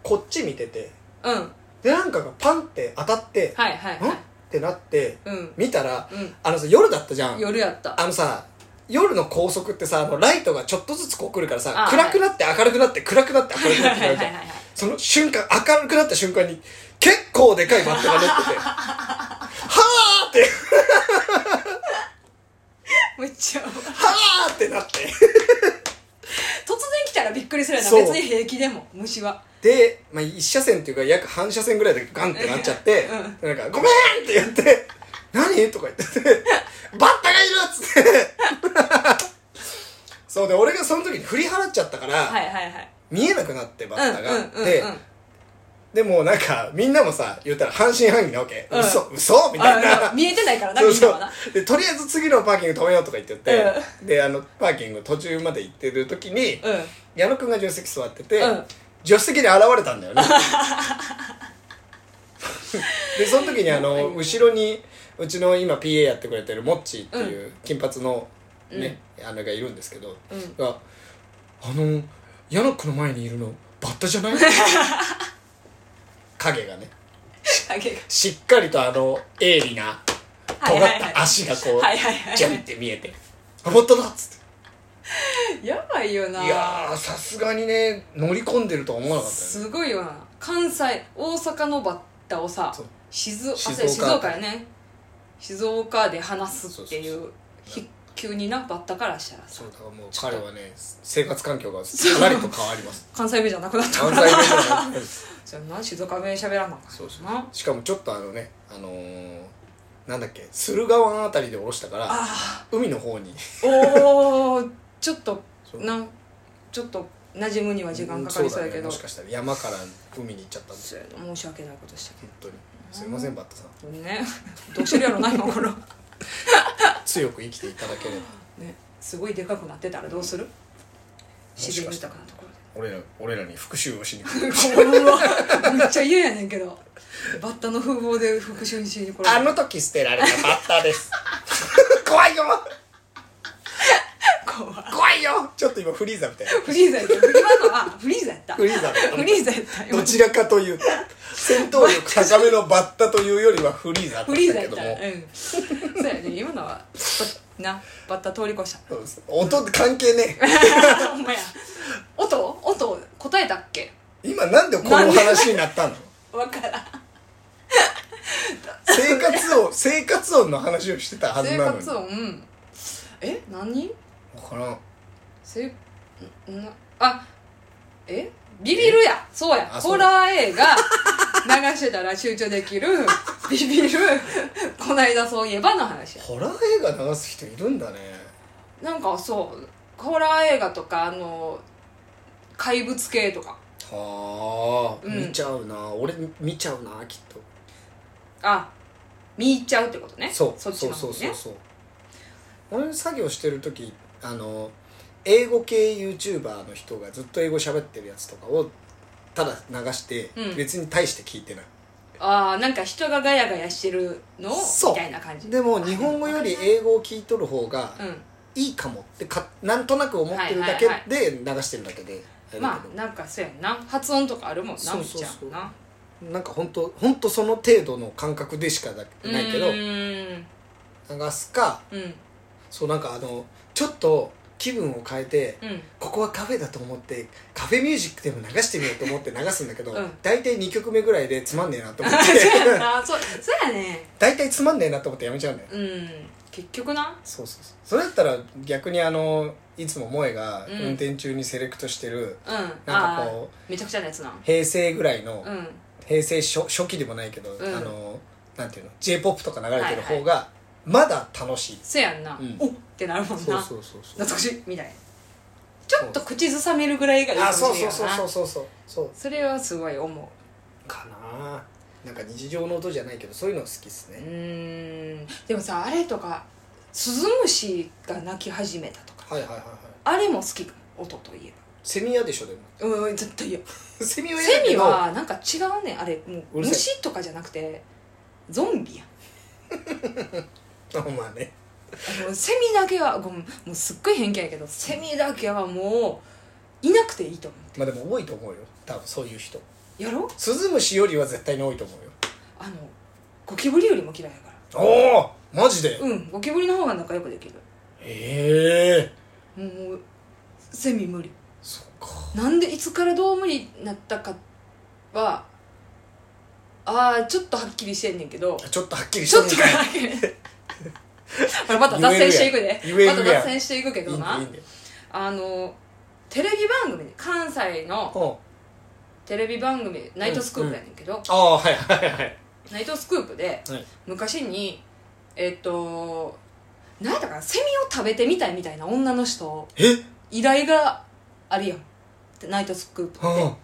[SPEAKER 1] こっち見てて、
[SPEAKER 2] はい
[SPEAKER 1] で、なんかがパンって当たって、
[SPEAKER 2] はいはい
[SPEAKER 1] んってなって、
[SPEAKER 2] うん
[SPEAKER 1] 見たら、
[SPEAKER 2] うん
[SPEAKER 1] あのさ、夜だったじゃん。
[SPEAKER 2] 夜やった
[SPEAKER 1] あのさ夜の高速ってさあのライトがちょっとずつこう来るからさ
[SPEAKER 2] あ
[SPEAKER 1] 暗くなって明るくなって暗くなって明るくなってなるじゃん
[SPEAKER 2] はいはいはいはい
[SPEAKER 1] その瞬間明るくなった瞬間に結構でかいバットが乗って てはーって
[SPEAKER 2] めっちゃ突然
[SPEAKER 1] はーってなって
[SPEAKER 2] 来たらびっくりするやな
[SPEAKER 1] そう
[SPEAKER 2] 別に平気でも虫は
[SPEAKER 1] で、まあ、一車線っていうか約半車線ぐらいでガンってなっちゃって、なんか「ごめん!」って言って「何?」とか言ってて「バッタがいる!」っつってそうで俺がその時に振り払っちゃったから、
[SPEAKER 2] はいはいはい
[SPEAKER 1] 見えなくなってバッタが、
[SPEAKER 2] うんうんうんうん
[SPEAKER 1] ででもなんかみんなもさ言ったら半信半疑なわけ、
[SPEAKER 2] うん
[SPEAKER 1] 嘘嘘みたい
[SPEAKER 2] あ
[SPEAKER 1] な
[SPEAKER 2] 見えてないからな
[SPEAKER 1] そう
[SPEAKER 2] みんな
[SPEAKER 1] そ
[SPEAKER 2] はな
[SPEAKER 1] うでとりあえず次のパーキング止めようとか言ってて、であのパーキング途中まで行ってる時に、
[SPEAKER 2] うん
[SPEAKER 1] 矢野くんが助手席座ってて、
[SPEAKER 2] うん
[SPEAKER 1] 助手席で現れたんだ よねでその時にあの後ろにうちの今 PA やってくれてるモッチーっていう金髪のね、あのがいるんですけど、
[SPEAKER 2] うん
[SPEAKER 1] が「あの矢野くんの前にいるのバッタじ ゃない?」影がね
[SPEAKER 2] 影が
[SPEAKER 1] しっかりとあの鋭利な
[SPEAKER 2] は
[SPEAKER 1] 尖っ
[SPEAKER 2] いはいはい
[SPEAKER 1] た足がこう
[SPEAKER 2] はいはいはい
[SPEAKER 1] ジャンって見えて「あバッタだ!」っつって。
[SPEAKER 2] やばいよない
[SPEAKER 1] やーさすがにね乗り込んでるとは思わなかったよね
[SPEAKER 2] すごいよな関西大阪のバッタをさ
[SPEAKER 1] そう
[SPEAKER 2] 静あ
[SPEAKER 1] 静岡
[SPEAKER 2] そうや静岡やね静岡で話すってい
[SPEAKER 1] そう
[SPEAKER 2] ひ急になバッタからしたら
[SPEAKER 1] そ
[SPEAKER 2] さ
[SPEAKER 1] うだからもう彼はね生活環境がかなりと変わります
[SPEAKER 2] 関西弁じゃなくなった
[SPEAKER 1] 関
[SPEAKER 2] か
[SPEAKER 1] 西弁
[SPEAKER 2] ら
[SPEAKER 1] じゃない
[SPEAKER 2] じゃあな静岡弁喋らなあかん
[SPEAKER 1] そうそう
[SPEAKER 2] な
[SPEAKER 1] しかもちょっとあのねあのーなんだっけ駿河湾あたりで降ろしたから
[SPEAKER 2] あ
[SPEAKER 1] 海の方に
[SPEAKER 2] ーおーちょっと
[SPEAKER 1] そう
[SPEAKER 2] なちょっと馴染むには時間かかりそうやけ
[SPEAKER 1] んだね
[SPEAKER 2] ど
[SPEAKER 1] もしかしたら山から海に行っちゃったんですよ
[SPEAKER 2] そうやな申し訳ないことした
[SPEAKER 1] 本当にすいませんバッタさん
[SPEAKER 2] けどねどうしてるやろな今頃
[SPEAKER 1] 強く生きていただけれ ば
[SPEAKER 2] ねすごいでかくなってたらどうする
[SPEAKER 1] しか
[SPEAKER 2] 自
[SPEAKER 1] したら
[SPEAKER 2] 然豊かなところ
[SPEAKER 1] 俺
[SPEAKER 2] で
[SPEAKER 1] ら俺らに復讐をしに 来る
[SPEAKER 2] うわめっちゃ嫌やねんけどバッタの風貌で復讐にしに来られる
[SPEAKER 1] の時捨てられたバッタです 怖いよ
[SPEAKER 2] 怖い
[SPEAKER 1] 怖いよちょっと今フリーザみたいな
[SPEAKER 2] フリーザやった今のはフリーザやった
[SPEAKER 1] フ
[SPEAKER 2] フ
[SPEAKER 1] リーザだ
[SPEAKER 2] リーザやった今
[SPEAKER 1] どちらかというと戦闘力高めのバッタというよりはフリーザだった
[SPEAKER 2] フリーザ
[SPEAKER 1] け
[SPEAKER 2] やっ
[SPEAKER 1] ど
[SPEAKER 2] た
[SPEAKER 1] も
[SPEAKER 2] うんそうやね今のはなバッタ通り越した
[SPEAKER 1] そうです音って関係ねえ
[SPEAKER 2] ほんまや音音答えたっけ
[SPEAKER 1] 今なんでこの話になったの
[SPEAKER 2] わからん
[SPEAKER 1] 生活音生活音の話をしてたはず
[SPEAKER 2] 生
[SPEAKER 1] なのに
[SPEAKER 2] 活音うんえ何
[SPEAKER 1] 分からん
[SPEAKER 2] せんなあえビビるやそうや
[SPEAKER 1] あそ
[SPEAKER 2] ホ
[SPEAKER 1] うだ
[SPEAKER 2] ラー映画流してたら集中できる ビビるこないだそういえばの話や
[SPEAKER 1] ホラー映画流す人いるんだね
[SPEAKER 2] なんかそうホラー映画とかあの怪物系とか
[SPEAKER 1] はあ、
[SPEAKER 2] うん
[SPEAKER 1] 見ちゃうな俺見ちゃうなきっと
[SPEAKER 2] あ見入っちゃうってことね
[SPEAKER 1] そう
[SPEAKER 2] そっちの方
[SPEAKER 1] そうそう
[SPEAKER 2] ね
[SPEAKER 1] そうそう俺作業してる時あの英語系 YouTuber の人がずっと英語喋ってるやつとかをただ流して、
[SPEAKER 2] うん
[SPEAKER 1] 別に大して聞いてない
[SPEAKER 2] ああなんか人がガヤガヤしてるの
[SPEAKER 1] そう
[SPEAKER 2] みたいな感じ
[SPEAKER 1] でも日本語より英語を聞いとる方が
[SPEAKER 2] う
[SPEAKER 1] いいかもってかなんとなく思ってるだけ
[SPEAKER 2] はい
[SPEAKER 1] で流してるだけで、
[SPEAKER 2] んまあなんかそうやんな発音とかあるもんな
[SPEAKER 1] そうそうそ
[SPEAKER 2] みっちゃ
[SPEAKER 1] うん
[SPEAKER 2] な
[SPEAKER 1] なんか本当本当その程度の感覚でしかだないけど
[SPEAKER 2] うーん
[SPEAKER 1] 流すか
[SPEAKER 2] うん
[SPEAKER 1] そうなんかあのちょっと気分を変えて、
[SPEAKER 2] うん
[SPEAKER 1] ここはカフェだと思ってカフェミュージックでも流してみようと思って流すんだけど、
[SPEAKER 2] うん
[SPEAKER 1] 大体2曲目ぐらいでつまんねえなと思っ
[SPEAKER 2] そうや
[SPEAKER 1] て
[SPEAKER 2] なそうそうやね
[SPEAKER 1] 大体つまんねえなと思ってやめちゃうんだよ、
[SPEAKER 2] うん結局な
[SPEAKER 1] そうそうそうそれだったら逆にあのいつも萌えが
[SPEAKER 2] うん
[SPEAKER 1] 運転中にセレクトしてる、
[SPEAKER 2] うんなん
[SPEAKER 1] なんかこ
[SPEAKER 2] めちゃくちゃなやつな
[SPEAKER 1] う平成ぐらいの、
[SPEAKER 2] うん
[SPEAKER 1] 平成初初期でもないけど、
[SPEAKER 2] うん
[SPEAKER 1] あのなんていうの j p o p とか流れてる方がまだ楽しい、
[SPEAKER 2] そうやんな、
[SPEAKER 1] うん
[SPEAKER 2] おっってなるもんな
[SPEAKER 1] そうそうそうそう
[SPEAKER 2] 懐かしいみたいなちょっと口ずさめるぐらいがいいか
[SPEAKER 1] あ
[SPEAKER 2] もしれ
[SPEAKER 1] そ
[SPEAKER 2] な
[SPEAKER 1] う
[SPEAKER 2] い
[SPEAKER 1] そうそうそ
[SPEAKER 2] よな
[SPEAKER 1] うそうそうそう
[SPEAKER 2] それはすごい思
[SPEAKER 1] かななんか日常の音じゃないけどそういうの好きっすね、
[SPEAKER 2] ううーんでもさあれとかスズムシが鳴き始めたとか
[SPEAKER 1] はいはいはいはい
[SPEAKER 2] あれも好きかも音といえ
[SPEAKER 1] セミ嫌でしょでも
[SPEAKER 2] ばうんうん絶対嫌
[SPEAKER 1] セミは嫌だ
[SPEAKER 2] セ
[SPEAKER 1] け
[SPEAKER 2] ミ
[SPEAKER 1] ど
[SPEAKER 2] はなんか違うねんあれもう
[SPEAKER 1] うるさい
[SPEAKER 2] 虫とかじゃなくてゾンビやん
[SPEAKER 1] まあね
[SPEAKER 2] あのセミだけはごめんもうすっごい偏見やけどセミだけはもういなくていいと思
[SPEAKER 1] まあでも多いと思うよ多分そういう人
[SPEAKER 2] うやろ
[SPEAKER 1] スズムシよりは絶対に多いと思うよ
[SPEAKER 2] あのゴキブリよりも嫌いやか
[SPEAKER 1] おおマジで、
[SPEAKER 2] らうんゴキブリの方が仲良くできる
[SPEAKER 1] ええ
[SPEAKER 2] もうセミ無理
[SPEAKER 1] そっか
[SPEAKER 2] なんでいつからどう無理になったかはああちょっとはっきりしてんねんけど
[SPEAKER 1] ちょっとはっきりし
[SPEAKER 2] ちょっと
[SPEAKER 1] てみ
[SPEAKER 2] はっきり ほらまた脱線していくで
[SPEAKER 1] 言えるや
[SPEAKER 2] ま
[SPEAKER 1] ん
[SPEAKER 2] た脱線していくけ
[SPEAKER 1] いい
[SPEAKER 2] ど
[SPEAKER 1] んだ
[SPEAKER 2] ない
[SPEAKER 1] いんだよ
[SPEAKER 2] あのテレビ番組で関西の
[SPEAKER 1] うん
[SPEAKER 2] テレビ番組ナイトスクープやねんけど、
[SPEAKER 1] ああはいはいはい
[SPEAKER 2] ナイトスクープで
[SPEAKER 1] はい
[SPEAKER 2] 昔にえっと何やったかなセミを食べてみたいみたいな女の人
[SPEAKER 1] え
[SPEAKER 2] 依頼があるやんナイトスクープっ
[SPEAKER 1] は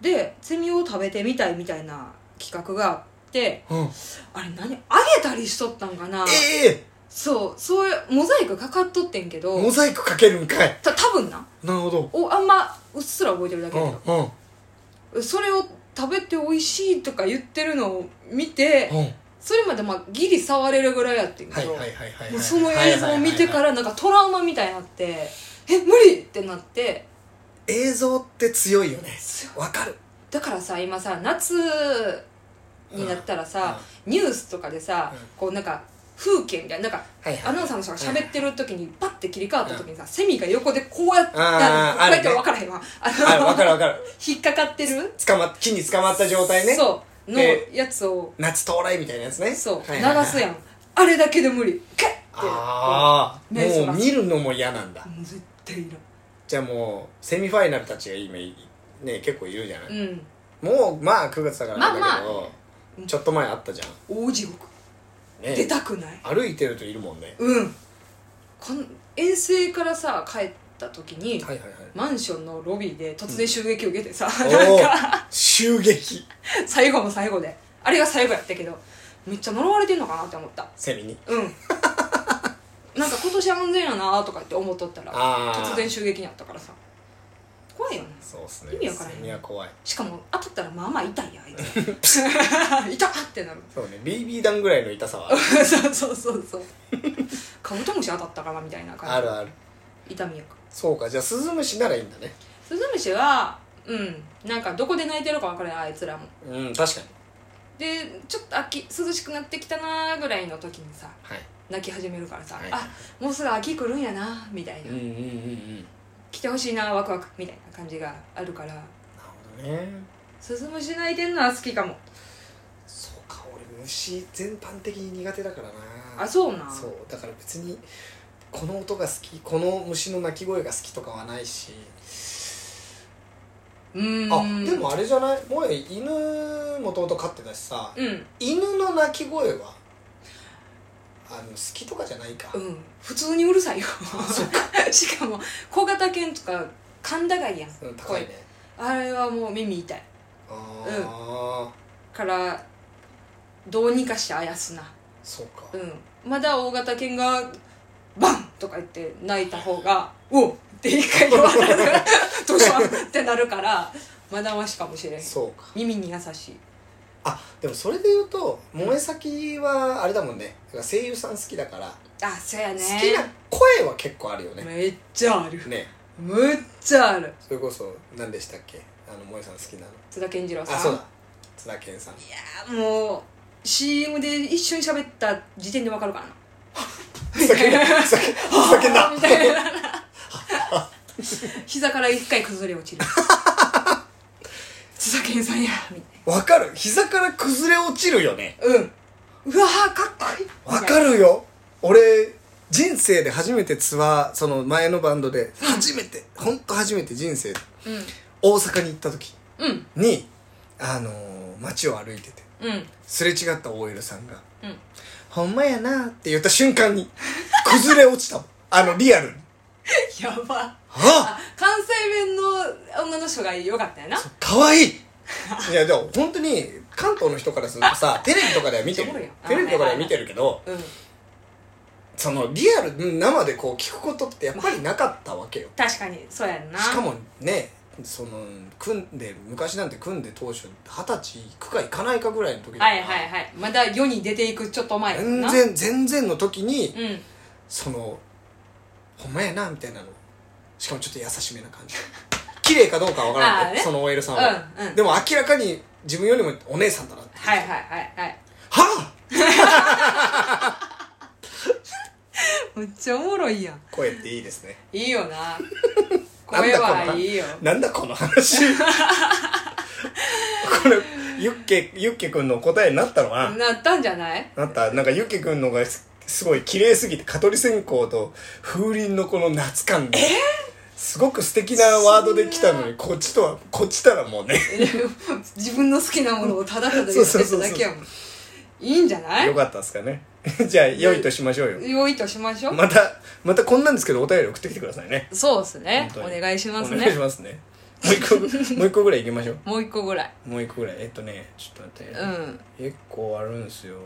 [SPEAKER 2] てでセミを食べてみたいみたいな企画があって
[SPEAKER 1] あ、うん、
[SPEAKER 2] あれ何あげたりしとったんかな
[SPEAKER 1] ええ
[SPEAKER 2] そうそういうモザイクかかっとってんけど
[SPEAKER 1] モザイクかけるんかい
[SPEAKER 2] た多分な
[SPEAKER 1] なるほど
[SPEAKER 2] おあんまうっすら覚えてるだけ
[SPEAKER 1] う
[SPEAKER 2] や
[SPEAKER 1] ん
[SPEAKER 2] けど
[SPEAKER 1] うん
[SPEAKER 2] それを食べて美味しいとか言ってるのを見て
[SPEAKER 1] うん
[SPEAKER 2] それまでまあギリ触れるぐらいやってん
[SPEAKER 1] は
[SPEAKER 2] け
[SPEAKER 1] い
[SPEAKER 2] ど、
[SPEAKER 1] はいはいはい
[SPEAKER 2] もうその映像を見てかららなんかトラウマみたいになって「え無理!」ってなって
[SPEAKER 1] 映像って強いよねわかる
[SPEAKER 2] だからさ今さ夏になったらさ、ニュースとかでさ、
[SPEAKER 1] うん
[SPEAKER 2] こうなんか風景みたいななんか
[SPEAKER 1] はいはい
[SPEAKER 2] アナウンサーの人が喋ってる時にパッて切り替わった時にさ、セミが横でこうやってこう
[SPEAKER 1] あーあ
[SPEAKER 2] やって
[SPEAKER 1] るね
[SPEAKER 2] 分からへんわ
[SPEAKER 1] あ
[SPEAKER 2] あ
[SPEAKER 1] る
[SPEAKER 2] の
[SPEAKER 1] わかるわかる
[SPEAKER 2] 引っかかってる
[SPEAKER 1] 捕まっ木に捕まった状態ね
[SPEAKER 2] そうの
[SPEAKER 1] で
[SPEAKER 2] やつを、
[SPEAKER 1] 夏到来みたいなやつね
[SPEAKER 2] そう
[SPEAKER 1] はいはいはい
[SPEAKER 2] 流すやんあれだけで無理けっって
[SPEAKER 1] ああ
[SPEAKER 2] 目そ
[SPEAKER 1] も
[SPEAKER 2] ら
[SPEAKER 1] う
[SPEAKER 2] す
[SPEAKER 1] 見るのも嫌なんだ
[SPEAKER 2] もう絶対いらん
[SPEAKER 1] じゃあもうセミファイナルたちが今いね結構いるじゃない、
[SPEAKER 2] うん
[SPEAKER 1] もうまあ9月だからなんだけど、
[SPEAKER 2] まあまあ
[SPEAKER 1] ちょっと前あったじゃん
[SPEAKER 2] 大地獄
[SPEAKER 1] ね
[SPEAKER 2] 出たくない
[SPEAKER 1] 歩いてるといるもんね
[SPEAKER 2] うんこん遠征からさ帰った時に、
[SPEAKER 1] はいはいはい
[SPEAKER 2] マンションのロビーで突然襲撃を受けてさ、
[SPEAKER 1] お
[SPEAKER 2] なん
[SPEAKER 1] お
[SPEAKER 2] か
[SPEAKER 1] 襲撃
[SPEAKER 2] 最後も最後であれが最後やったけどめっちゃ呪われてんのかなって思った
[SPEAKER 1] セミに
[SPEAKER 2] うん なんか今年安全やなとかって思っとったら
[SPEAKER 1] あー
[SPEAKER 2] 突然襲撃にあったからさ怖いよね
[SPEAKER 1] そうっすね
[SPEAKER 2] 意味わからへん
[SPEAKER 1] セミは怖い
[SPEAKER 2] しかも当たったらまあまあ痛い やあいつ 痛っってなる
[SPEAKER 1] そうね BB 弾ぐらいの痛さはある
[SPEAKER 2] そうそうそ うそうカブトムシ当たったかなみたいな
[SPEAKER 1] あ
[SPEAKER 2] 感
[SPEAKER 1] るある
[SPEAKER 2] じ痛みやか
[SPEAKER 1] そうかじゃあスズムシならいいんだね
[SPEAKER 2] スズムシはうんなんかどこで泣いてるか分からないあいつらも
[SPEAKER 1] うん確かに
[SPEAKER 2] でちょっと秋涼しくなってきたなぐらいの時にさ
[SPEAKER 1] はい
[SPEAKER 2] 泣き始めるからさ、
[SPEAKER 1] はい
[SPEAKER 2] あもうすぐ秋来るんやなみたいな、
[SPEAKER 1] うんうんうんうん
[SPEAKER 2] 来てほしいなワクワクみたいな感じがあるから
[SPEAKER 1] なるほどね
[SPEAKER 2] スズムシ泣いてんのは好きかも
[SPEAKER 1] そうか俺虫全般的に苦手だからな
[SPEAKER 2] あそうなん
[SPEAKER 1] そうだから別にこの音が好きこの虫の鳴き声が好きとかはないし
[SPEAKER 2] うーん
[SPEAKER 1] あでもあれじゃないもえ犬もともと飼ってたしさ
[SPEAKER 2] うん
[SPEAKER 1] 犬の鳴き声はあの好きとかじゃないか、
[SPEAKER 2] うん普通にうるさいよ
[SPEAKER 1] そ
[SPEAKER 2] しかも小型犬とか甲高いやん
[SPEAKER 1] うん、高いね
[SPEAKER 2] あれはもう耳痛い
[SPEAKER 1] ああ、
[SPEAKER 2] からどうにかしてあやすな
[SPEAKER 1] そうか、
[SPEAKER 2] うんまだ大型犬がバンとか言って泣いた方が「おっ!」って一回言われ るどうしたってなるからまだましかもしれん
[SPEAKER 1] そうか
[SPEAKER 2] 耳に優しい
[SPEAKER 1] あでもそれで言うと萌え先はあれだもんねだから声優さん好きだから、
[SPEAKER 2] あそうやね
[SPEAKER 1] 好きな声は結構あるよね
[SPEAKER 2] めっちゃある
[SPEAKER 1] ね
[SPEAKER 2] むっちゃある
[SPEAKER 1] それこそ何でしたっけあの萌えさん好きなの
[SPEAKER 2] 津田健次郎さん
[SPEAKER 1] あそうだ津田健さん
[SPEAKER 2] もう CM で一緒に喋った時点でわかるからな
[SPEAKER 1] ふざけんなふざけふざけんな
[SPEAKER 2] あーみたいな膝から一回崩れ落 ちる津田健さんやみたい
[SPEAKER 1] わかる膝から崩れ落ちるよね
[SPEAKER 2] なうんうわーかっこいい
[SPEAKER 1] わかるよ俺人生で初めてツアーその前のバンドで初めてほんと初めて人生
[SPEAKER 2] う
[SPEAKER 1] 大阪に行った時
[SPEAKER 2] んうん
[SPEAKER 1] にあのー街を歩いてて
[SPEAKER 2] うん
[SPEAKER 1] すれ違った OL さんが
[SPEAKER 2] うん
[SPEAKER 1] 「ほんまやな」って言った瞬間に崩れ落ちたもんあのリアルに
[SPEAKER 2] やば
[SPEAKER 1] あ
[SPEAKER 2] あ関西弁の女の人がよかったよな
[SPEAKER 1] かわいいいやでも本当に関東の人からするとさテレビとかでは見てる
[SPEAKER 2] そうよ
[SPEAKER 1] テレビとかでは見てるけど
[SPEAKER 2] うん
[SPEAKER 1] そのリアル生でこう聞くことってやっぱりなかったわけよ
[SPEAKER 2] 確かにそうやんな
[SPEAKER 1] しかもねその組んで昔なんて組んで当初二十歳行くか行かないかぐらいの時だから
[SPEAKER 2] はいはいはいまだ世に出ていくちょっと前やん
[SPEAKER 1] 全
[SPEAKER 2] な
[SPEAKER 1] 然全然の時に、
[SPEAKER 2] うん
[SPEAKER 1] そのほんまやなみたいなのしかもちょっと優しめな 感じ綺麗かどうかわから
[SPEAKER 2] あ
[SPEAKER 1] な
[SPEAKER 2] ー
[SPEAKER 1] い、
[SPEAKER 2] ね
[SPEAKER 1] その OL さんは、
[SPEAKER 2] うんうん
[SPEAKER 1] でも明らかに自分よりもお姉さんだなって
[SPEAKER 2] はいはいはいはい
[SPEAKER 1] はあ
[SPEAKER 2] めっちゃおもろいやん
[SPEAKER 1] 声っていいですね
[SPEAKER 2] いいよな
[SPEAKER 1] なん
[SPEAKER 2] 声
[SPEAKER 1] だこの
[SPEAKER 2] はいいよ
[SPEAKER 1] なんだこの話 これユッケユッケくんの答えになったのかな、
[SPEAKER 2] なったんじゃない
[SPEAKER 1] なったなんかユッケくんのがすすごい綺麗すぎて蚊取り線香と風鈴のこの夏感で、すごく素敵なワードで来たのにこっちとはこっちたらもうね
[SPEAKER 2] 自分の好きなものをただた
[SPEAKER 1] そ
[SPEAKER 2] だ言
[SPEAKER 1] う
[SPEAKER 2] っ
[SPEAKER 1] そう
[SPEAKER 2] てた
[SPEAKER 1] そうそう
[SPEAKER 2] だけやもんいいんじゃな
[SPEAKER 1] よ
[SPEAKER 2] い
[SPEAKER 1] かったですかね じゃあ良いとしましょうよ
[SPEAKER 2] 良いとしましょう、
[SPEAKER 1] またまたこんなんですけどお便り送ってきてくださいね
[SPEAKER 2] そうですねお
[SPEAKER 1] 本当に
[SPEAKER 2] 願いします
[SPEAKER 1] お願い
[SPEAKER 2] ね
[SPEAKER 1] しますねもう一個もう一個ぐらいいきましょう
[SPEAKER 2] もう一個ぐらい
[SPEAKER 1] もう一個ぐらいえっとねちょっと待って、
[SPEAKER 2] うん
[SPEAKER 1] 結構あるんですよ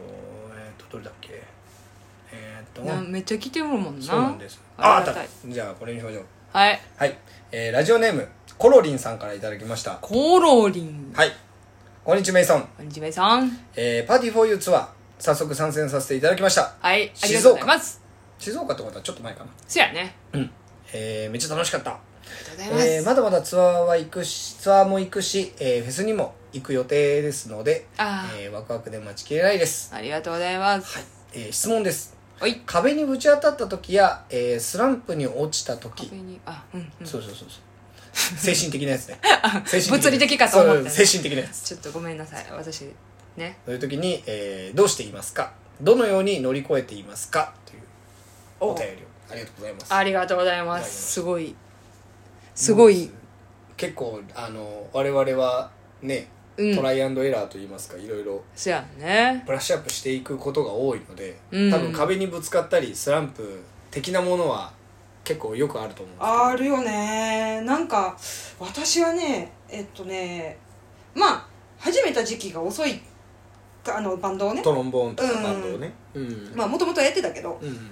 [SPEAKER 1] えっとどれだっけえっと
[SPEAKER 2] なめっちゃ来てるもんな
[SPEAKER 1] そうなんですあ
[SPEAKER 2] あ
[SPEAKER 1] あ
[SPEAKER 2] り
[SPEAKER 1] っ
[SPEAKER 2] が
[SPEAKER 1] た
[SPEAKER 2] たい
[SPEAKER 1] じゃあこれにしましょう
[SPEAKER 2] はい
[SPEAKER 1] はい、えーラジオネームコロリンさんからいただきました
[SPEAKER 2] コロリン
[SPEAKER 1] はいこんにちはメイソン、
[SPEAKER 2] はじめさん
[SPEAKER 1] えーパーティーフォーユーツアー早速参戦させていただきました
[SPEAKER 2] はいありが
[SPEAKER 1] 静
[SPEAKER 2] とう
[SPEAKER 1] 岡
[SPEAKER 2] ございます
[SPEAKER 1] 静岡ってことはちょっと前かな
[SPEAKER 2] そやね
[SPEAKER 1] えーめっちゃ楽しかった
[SPEAKER 2] ありがとうございます、
[SPEAKER 1] えーまだまだツアーは行くしツアーも行くし、えーフェスにも行く予定ですので、
[SPEAKER 2] あー
[SPEAKER 1] えーワクワクで待ちきれないです、
[SPEAKER 2] ありがとうございますはい
[SPEAKER 1] えー質問です
[SPEAKER 2] おい
[SPEAKER 1] 壁にぶち当たった時や、えースランプに落ちた時
[SPEAKER 2] 壁にあうんうん
[SPEAKER 1] そうそうそうそう精神的なや つね精神
[SPEAKER 2] 物理的かと思った
[SPEAKER 1] そう精神的なやつ
[SPEAKER 2] ちょっとごめんなさい私ね
[SPEAKER 1] そういう時に、えーどうしていますかどのように乗り越えていますかというお
[SPEAKER 2] お
[SPEAKER 1] 便りをありがとうございます
[SPEAKER 2] ありがとうございま
[SPEAKER 1] いただきます
[SPEAKER 2] すすごいすごい
[SPEAKER 1] 結構あの我々はね、
[SPEAKER 2] うん
[SPEAKER 1] トライアンドエラーといいますかいろいろ
[SPEAKER 2] そやね
[SPEAKER 1] ブラッシュアップしていくことが多いので、
[SPEAKER 2] うん
[SPEAKER 1] 多分壁にぶつかったりスランプ的なものは結構よくあると思うんですけど
[SPEAKER 2] あるよねなんか私はねえっとねまあ始めた時期が遅いあのバンドをね
[SPEAKER 1] トロンボーンとかバンドをねうん、
[SPEAKER 2] まあもともとやってたけど
[SPEAKER 1] うん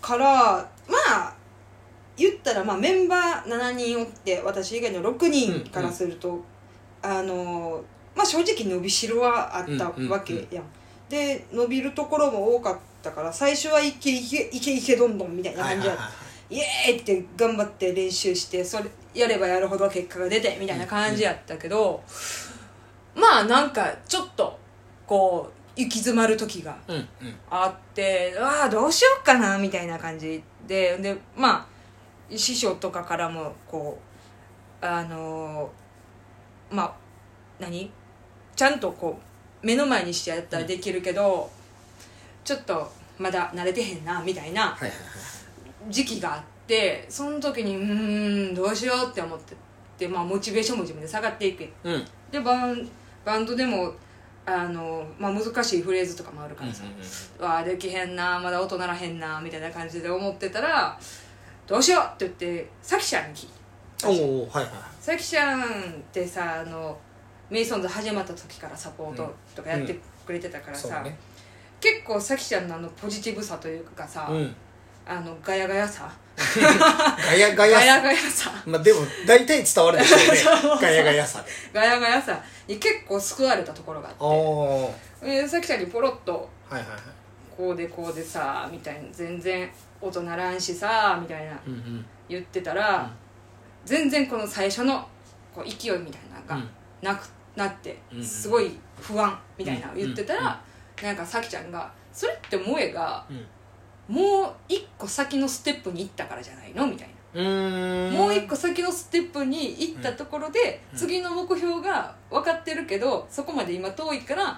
[SPEAKER 2] からまあ言ったらまあメンバー7人おって私以外の6人からすると、あのまあ正直伸びしろはあったわけやん,、で伸びるところも多かったから最初はいけいけいけいけどんどんみたいな
[SPEAKER 1] はい
[SPEAKER 2] 感
[SPEAKER 1] は
[SPEAKER 2] じ
[SPEAKER 1] い
[SPEAKER 2] だ
[SPEAKER 1] は
[SPEAKER 2] っ
[SPEAKER 1] い
[SPEAKER 2] た、イエーイって頑張って練習してそれやればやるほど結果が出てみたいな感じやったけど、まあなんかちょっとこう行き詰まる時が
[SPEAKER 1] うんうん
[SPEAKER 2] あってああどうしようかなみたいな感じででまあ師匠とかからもこうあのーまあ何ちゃんとこう目の前にしてやったらできるけど、ちょっとまだ慣れてへんなみたいな
[SPEAKER 1] はいはいはい
[SPEAKER 2] 時期があってその時にうーんどうしようって思ってで、まあ、モチベーションも自分で下がっていくやん
[SPEAKER 1] うんうん
[SPEAKER 2] でバンバンドでもあの、まあ、難しいフレーズとかもあるからさ、わあできへんなまだ音ならへんなみたいな感じで思ってたらどうしようって言ってさきちゃんに聞いた
[SPEAKER 1] うんおおはいはい
[SPEAKER 2] さきちゃんってさあのメイソンズ始まった時からサポートとかやってくれてたから
[SPEAKER 1] そう
[SPEAKER 2] さ、
[SPEAKER 1] だね
[SPEAKER 2] 結構さきちゃんのあのポジティブさというかさ、
[SPEAKER 1] うん
[SPEAKER 2] あのガヤガヤさ
[SPEAKER 1] ガヤガ
[SPEAKER 2] ガ
[SPEAKER 1] ヤ
[SPEAKER 2] ヤガヤさ
[SPEAKER 1] まあでも大体伝わるでしょ うねガヤガヤさで
[SPEAKER 2] ガヤガヤさに結構救われたところがあ
[SPEAKER 1] おおはい
[SPEAKER 2] ってでさきちゃんにポロッと
[SPEAKER 1] はいはい
[SPEAKER 2] こうでこうでさみたいな全然音ならんしさみたいな
[SPEAKER 1] うんうん
[SPEAKER 2] 言ってたら、
[SPEAKER 1] うん
[SPEAKER 2] 全然この最初のこう勢いみたいな
[SPEAKER 1] う
[SPEAKER 2] の
[SPEAKER 1] ん
[SPEAKER 2] がなくなって、
[SPEAKER 1] うん
[SPEAKER 2] すごい不安みたいなの言ってたら、
[SPEAKER 1] うんうん
[SPEAKER 2] なんかさきちゃんが「それって萌えが
[SPEAKER 1] うん
[SPEAKER 2] もう一個先のステップに行ったからじゃないの?」みたいな。
[SPEAKER 1] うーん
[SPEAKER 2] もう一個先のステップに行ったところで、
[SPEAKER 1] うん
[SPEAKER 2] 次の目標が分かってるけどそこまで今遠いから
[SPEAKER 1] あ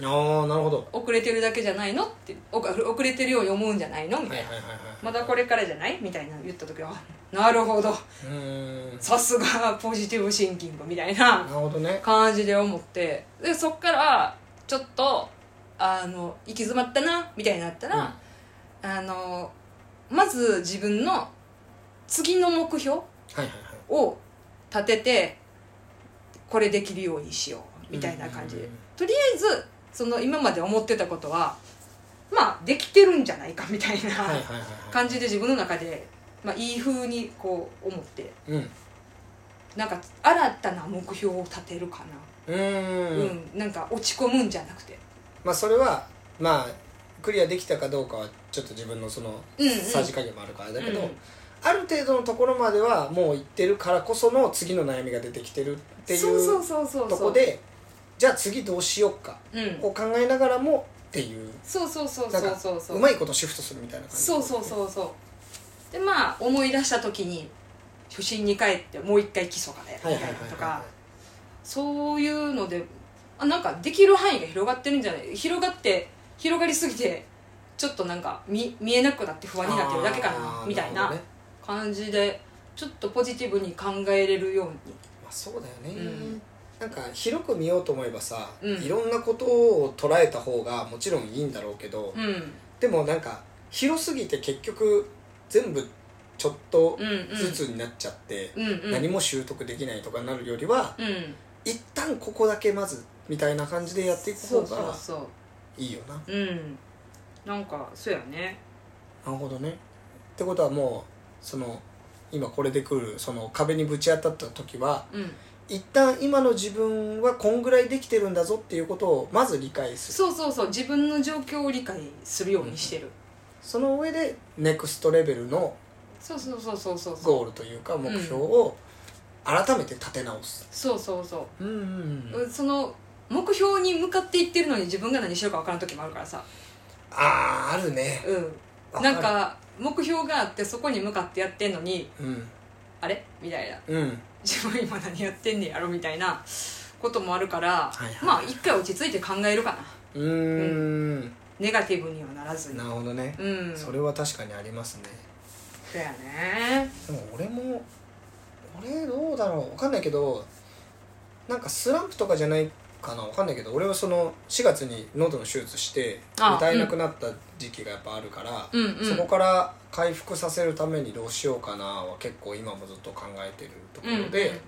[SPEAKER 1] あなるほど
[SPEAKER 2] 遅れてるだけじゃないのってお遅れてるように思うんじゃないのみたいな、
[SPEAKER 1] はいはいはいはい
[SPEAKER 2] まだこれからじゃないみたいなの言った時はあなるほど
[SPEAKER 1] うーん
[SPEAKER 2] さすがポジティブシンキングみたいな
[SPEAKER 1] なるほどね
[SPEAKER 2] 感じで思ってでそっからちょっとあの行き詰まったなみたいになったら、あのまず自分の次の目標
[SPEAKER 1] はいはいはい
[SPEAKER 2] を立ててこれできるようにしようみたいな感じで、
[SPEAKER 1] うんうんうん
[SPEAKER 2] とりあえずその今まで思ってたことはまあできてるんじゃないかみたいな、
[SPEAKER 1] はいはいはいは
[SPEAKER 2] 感じで自分の中で、まあ、いい風にこう思って
[SPEAKER 1] いうん
[SPEAKER 2] なんか新たな目標を立てるか
[SPEAKER 1] う
[SPEAKER 2] な、
[SPEAKER 1] ー
[SPEAKER 2] うんんなんか落ち込むんじゃなくて
[SPEAKER 1] まあそれはまあクリアできたかどうかはちょっと自分のその
[SPEAKER 2] うんうん
[SPEAKER 1] さじ加減もあるからだけど、
[SPEAKER 2] うん
[SPEAKER 1] ある程度のところまではもう行ってるからこその次の悩みが出てきてるっていう
[SPEAKER 2] そうそうそうそう
[SPEAKER 1] とこでじゃあ次どうしようか
[SPEAKER 2] うん
[SPEAKER 1] こう考えながらもっていう
[SPEAKER 2] そうそうそう
[SPEAKER 1] なん
[SPEAKER 2] そ
[SPEAKER 1] か
[SPEAKER 2] うそうそう
[SPEAKER 1] うまいことシフトするみたいな感じ
[SPEAKER 2] そうそうそうそうでまあ思い出した時に初心に帰ってもう一回基礎からや
[SPEAKER 1] はいはいは
[SPEAKER 2] るみた
[SPEAKER 1] い
[SPEAKER 2] いな
[SPEAKER 1] はい
[SPEAKER 2] とかそういうのであなんかできる範囲が広がってるんじゃない広がって広がりすぎてちょっとなんか見見えなくなって不安になってるだけか
[SPEAKER 1] あ
[SPEAKER 2] な
[SPEAKER 1] ー
[SPEAKER 2] みたい
[SPEAKER 1] る
[SPEAKER 2] な
[SPEAKER 1] ほどね
[SPEAKER 2] 感じでちょっとポジティブに考えれるよ
[SPEAKER 1] まあ、そうだよね、
[SPEAKER 2] うん
[SPEAKER 1] なんか広く見ようと思えばさ、
[SPEAKER 2] うん
[SPEAKER 1] いろんなことを捉えた方がもちろんいいんだろうけど、
[SPEAKER 2] うに、うん、
[SPEAKER 1] でもなんか広すぎて結局全部ちょっと
[SPEAKER 2] うんうん
[SPEAKER 1] ずつになっちゃって、
[SPEAKER 2] うんうん
[SPEAKER 1] 何も習得できないとかなるよりは、
[SPEAKER 2] うん
[SPEAKER 1] 一旦ここだけまずみたいな感じでやっていく
[SPEAKER 2] そ
[SPEAKER 1] 方
[SPEAKER 2] うそう
[SPEAKER 1] が
[SPEAKER 2] そ
[SPEAKER 1] いいよな
[SPEAKER 2] ううんなんかそうやね
[SPEAKER 1] なるほどねってことはもうその今これで来るその壁にぶち当たった時は
[SPEAKER 2] うん
[SPEAKER 1] 一旦今の自分はこんぐらいできてるんだぞっていうことをまず理解する
[SPEAKER 2] そうそうそう自分の状況を理解するようにしてる、
[SPEAKER 1] その上でネクストレベルの
[SPEAKER 2] そうそうそうそうそうそう
[SPEAKER 1] ゴールというか目標を改めて立て直す、
[SPEAKER 2] そうそうそ
[SPEAKER 1] うんうん
[SPEAKER 2] う、その目標に向かっていってるのに自分が何してるか分からん時もあるからさ
[SPEAKER 1] あーあるね
[SPEAKER 2] う
[SPEAKER 1] わか
[SPEAKER 2] んな
[SPEAKER 1] る
[SPEAKER 2] んか目標があってそこに向かってやってんのに
[SPEAKER 1] うん
[SPEAKER 2] あれみたいな
[SPEAKER 1] うん
[SPEAKER 2] 自分今何やってんねやろみたいなこともあるから、
[SPEAKER 1] はいはい
[SPEAKER 2] まあ一回落ち着いて考えるかな
[SPEAKER 1] うーん
[SPEAKER 2] ネガティブにはならずに
[SPEAKER 1] なるほどね、
[SPEAKER 2] うん
[SPEAKER 1] それは確かにありますね
[SPEAKER 2] だよね
[SPEAKER 1] でも俺も俺どうだろうわかんないけどなんかスランプとかじゃないかなわかんないけど俺はその4月に喉の手術して
[SPEAKER 2] あ
[SPEAKER 1] 歌えなくなった時期がやっぱあるから、
[SPEAKER 2] うんうん
[SPEAKER 1] そこから回復させるためにどうしようかなは結構今もずっと考えてるところで、
[SPEAKER 2] うんうん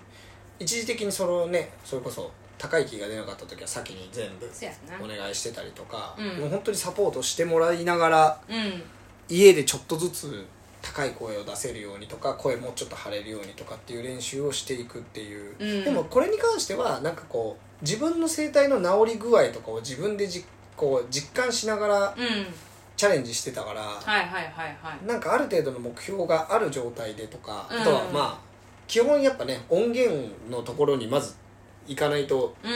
[SPEAKER 1] 一時的にそれをねそれこそ高い木が出なかった時は先に全部
[SPEAKER 2] そやな
[SPEAKER 1] お願いしてたりとか、
[SPEAKER 2] うん
[SPEAKER 1] もう本当にサポートしてもらいながら
[SPEAKER 2] うん
[SPEAKER 1] 家でちょっとずつ高い声を出せるようにとか声もうちょっと張れるようにとかっていう練習をしていくっていう、
[SPEAKER 2] うん
[SPEAKER 1] でもこれに関してはなんかこう自分の声帯の治り具合とかを自分でじこう実感しながら
[SPEAKER 2] うん
[SPEAKER 1] チャレンジしてたから、
[SPEAKER 2] はいはいはいはい
[SPEAKER 1] なんかある程度の目標がある状態でとか、
[SPEAKER 2] うん
[SPEAKER 1] あとはまあ基本やっぱね音源のところにまず行かないと
[SPEAKER 2] う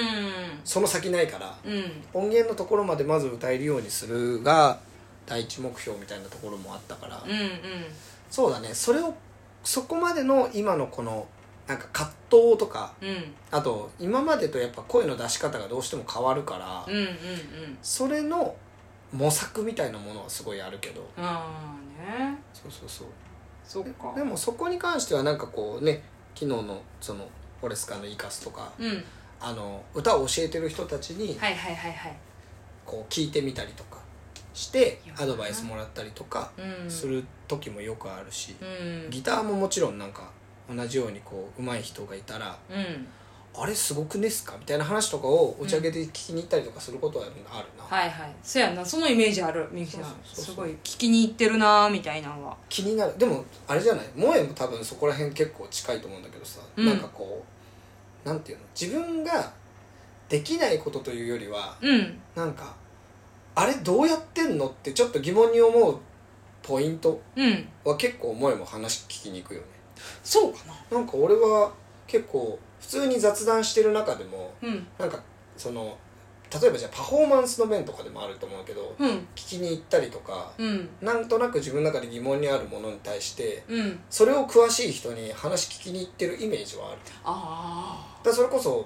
[SPEAKER 1] その先ないから
[SPEAKER 2] んうん
[SPEAKER 1] 音源のところまでまず歌えるようにするが第一目標みたいなところもあったから。
[SPEAKER 2] うんうん
[SPEAKER 1] そうだねそれをそこまでの今のこのなんか葛藤とか
[SPEAKER 2] うん
[SPEAKER 1] あと今までとやっぱ声の出し方がどうしても変わるから、
[SPEAKER 2] うんうんうん
[SPEAKER 1] それの模索みたいなものはすごいあるけど
[SPEAKER 2] ああね
[SPEAKER 1] そうそうそう
[SPEAKER 2] そっか
[SPEAKER 1] でもそこに関してはなんかこうね昨日のそのオレスカのイカスとか、
[SPEAKER 2] うんはい
[SPEAKER 1] あの歌を教えてる人たちに
[SPEAKER 2] はいはいはい
[SPEAKER 1] こう聞いてみたりとかして
[SPEAKER 2] いや
[SPEAKER 1] アドバイスもらったりとか
[SPEAKER 2] うん
[SPEAKER 1] する時もよくあるし、
[SPEAKER 2] うん
[SPEAKER 1] ギターももちろんなんか同じようにこう上手い人がいたら
[SPEAKER 2] うん
[SPEAKER 1] あれすごくねっすかみたいな話とかを打ち上げで聞きに行ったりとかすることはあるな、
[SPEAKER 2] はいはいそやなそのイメージあるみゆきさん
[SPEAKER 1] そうそうそう
[SPEAKER 2] すごい聞きに行ってるなーみたいなのは
[SPEAKER 1] 気になるでもあれじゃない萌えも多分そこら辺結構近いと思うんだけどさ、
[SPEAKER 2] うん
[SPEAKER 1] なんかこうなんていうの自分ができないことというよりは
[SPEAKER 2] うん
[SPEAKER 1] なんかあれどうやってんのってちょっと疑問に思うポイント
[SPEAKER 2] うん
[SPEAKER 1] は結構萌えも話聞きに行くよね
[SPEAKER 2] そうかな
[SPEAKER 1] なんか俺は結構普通に雑談してる中でも
[SPEAKER 2] うん
[SPEAKER 1] なんかその例えばじゃあパフォーマンスの面とかでもあると思うけど、
[SPEAKER 2] うん
[SPEAKER 1] 聞きに行ったりとか、
[SPEAKER 2] うん
[SPEAKER 1] なんとなく自分の中で疑問にあるものに対して
[SPEAKER 2] うん
[SPEAKER 1] それを詳しい人に話聞きに行ってるイメージはあるだか
[SPEAKER 2] あ
[SPEAKER 1] らそれこそ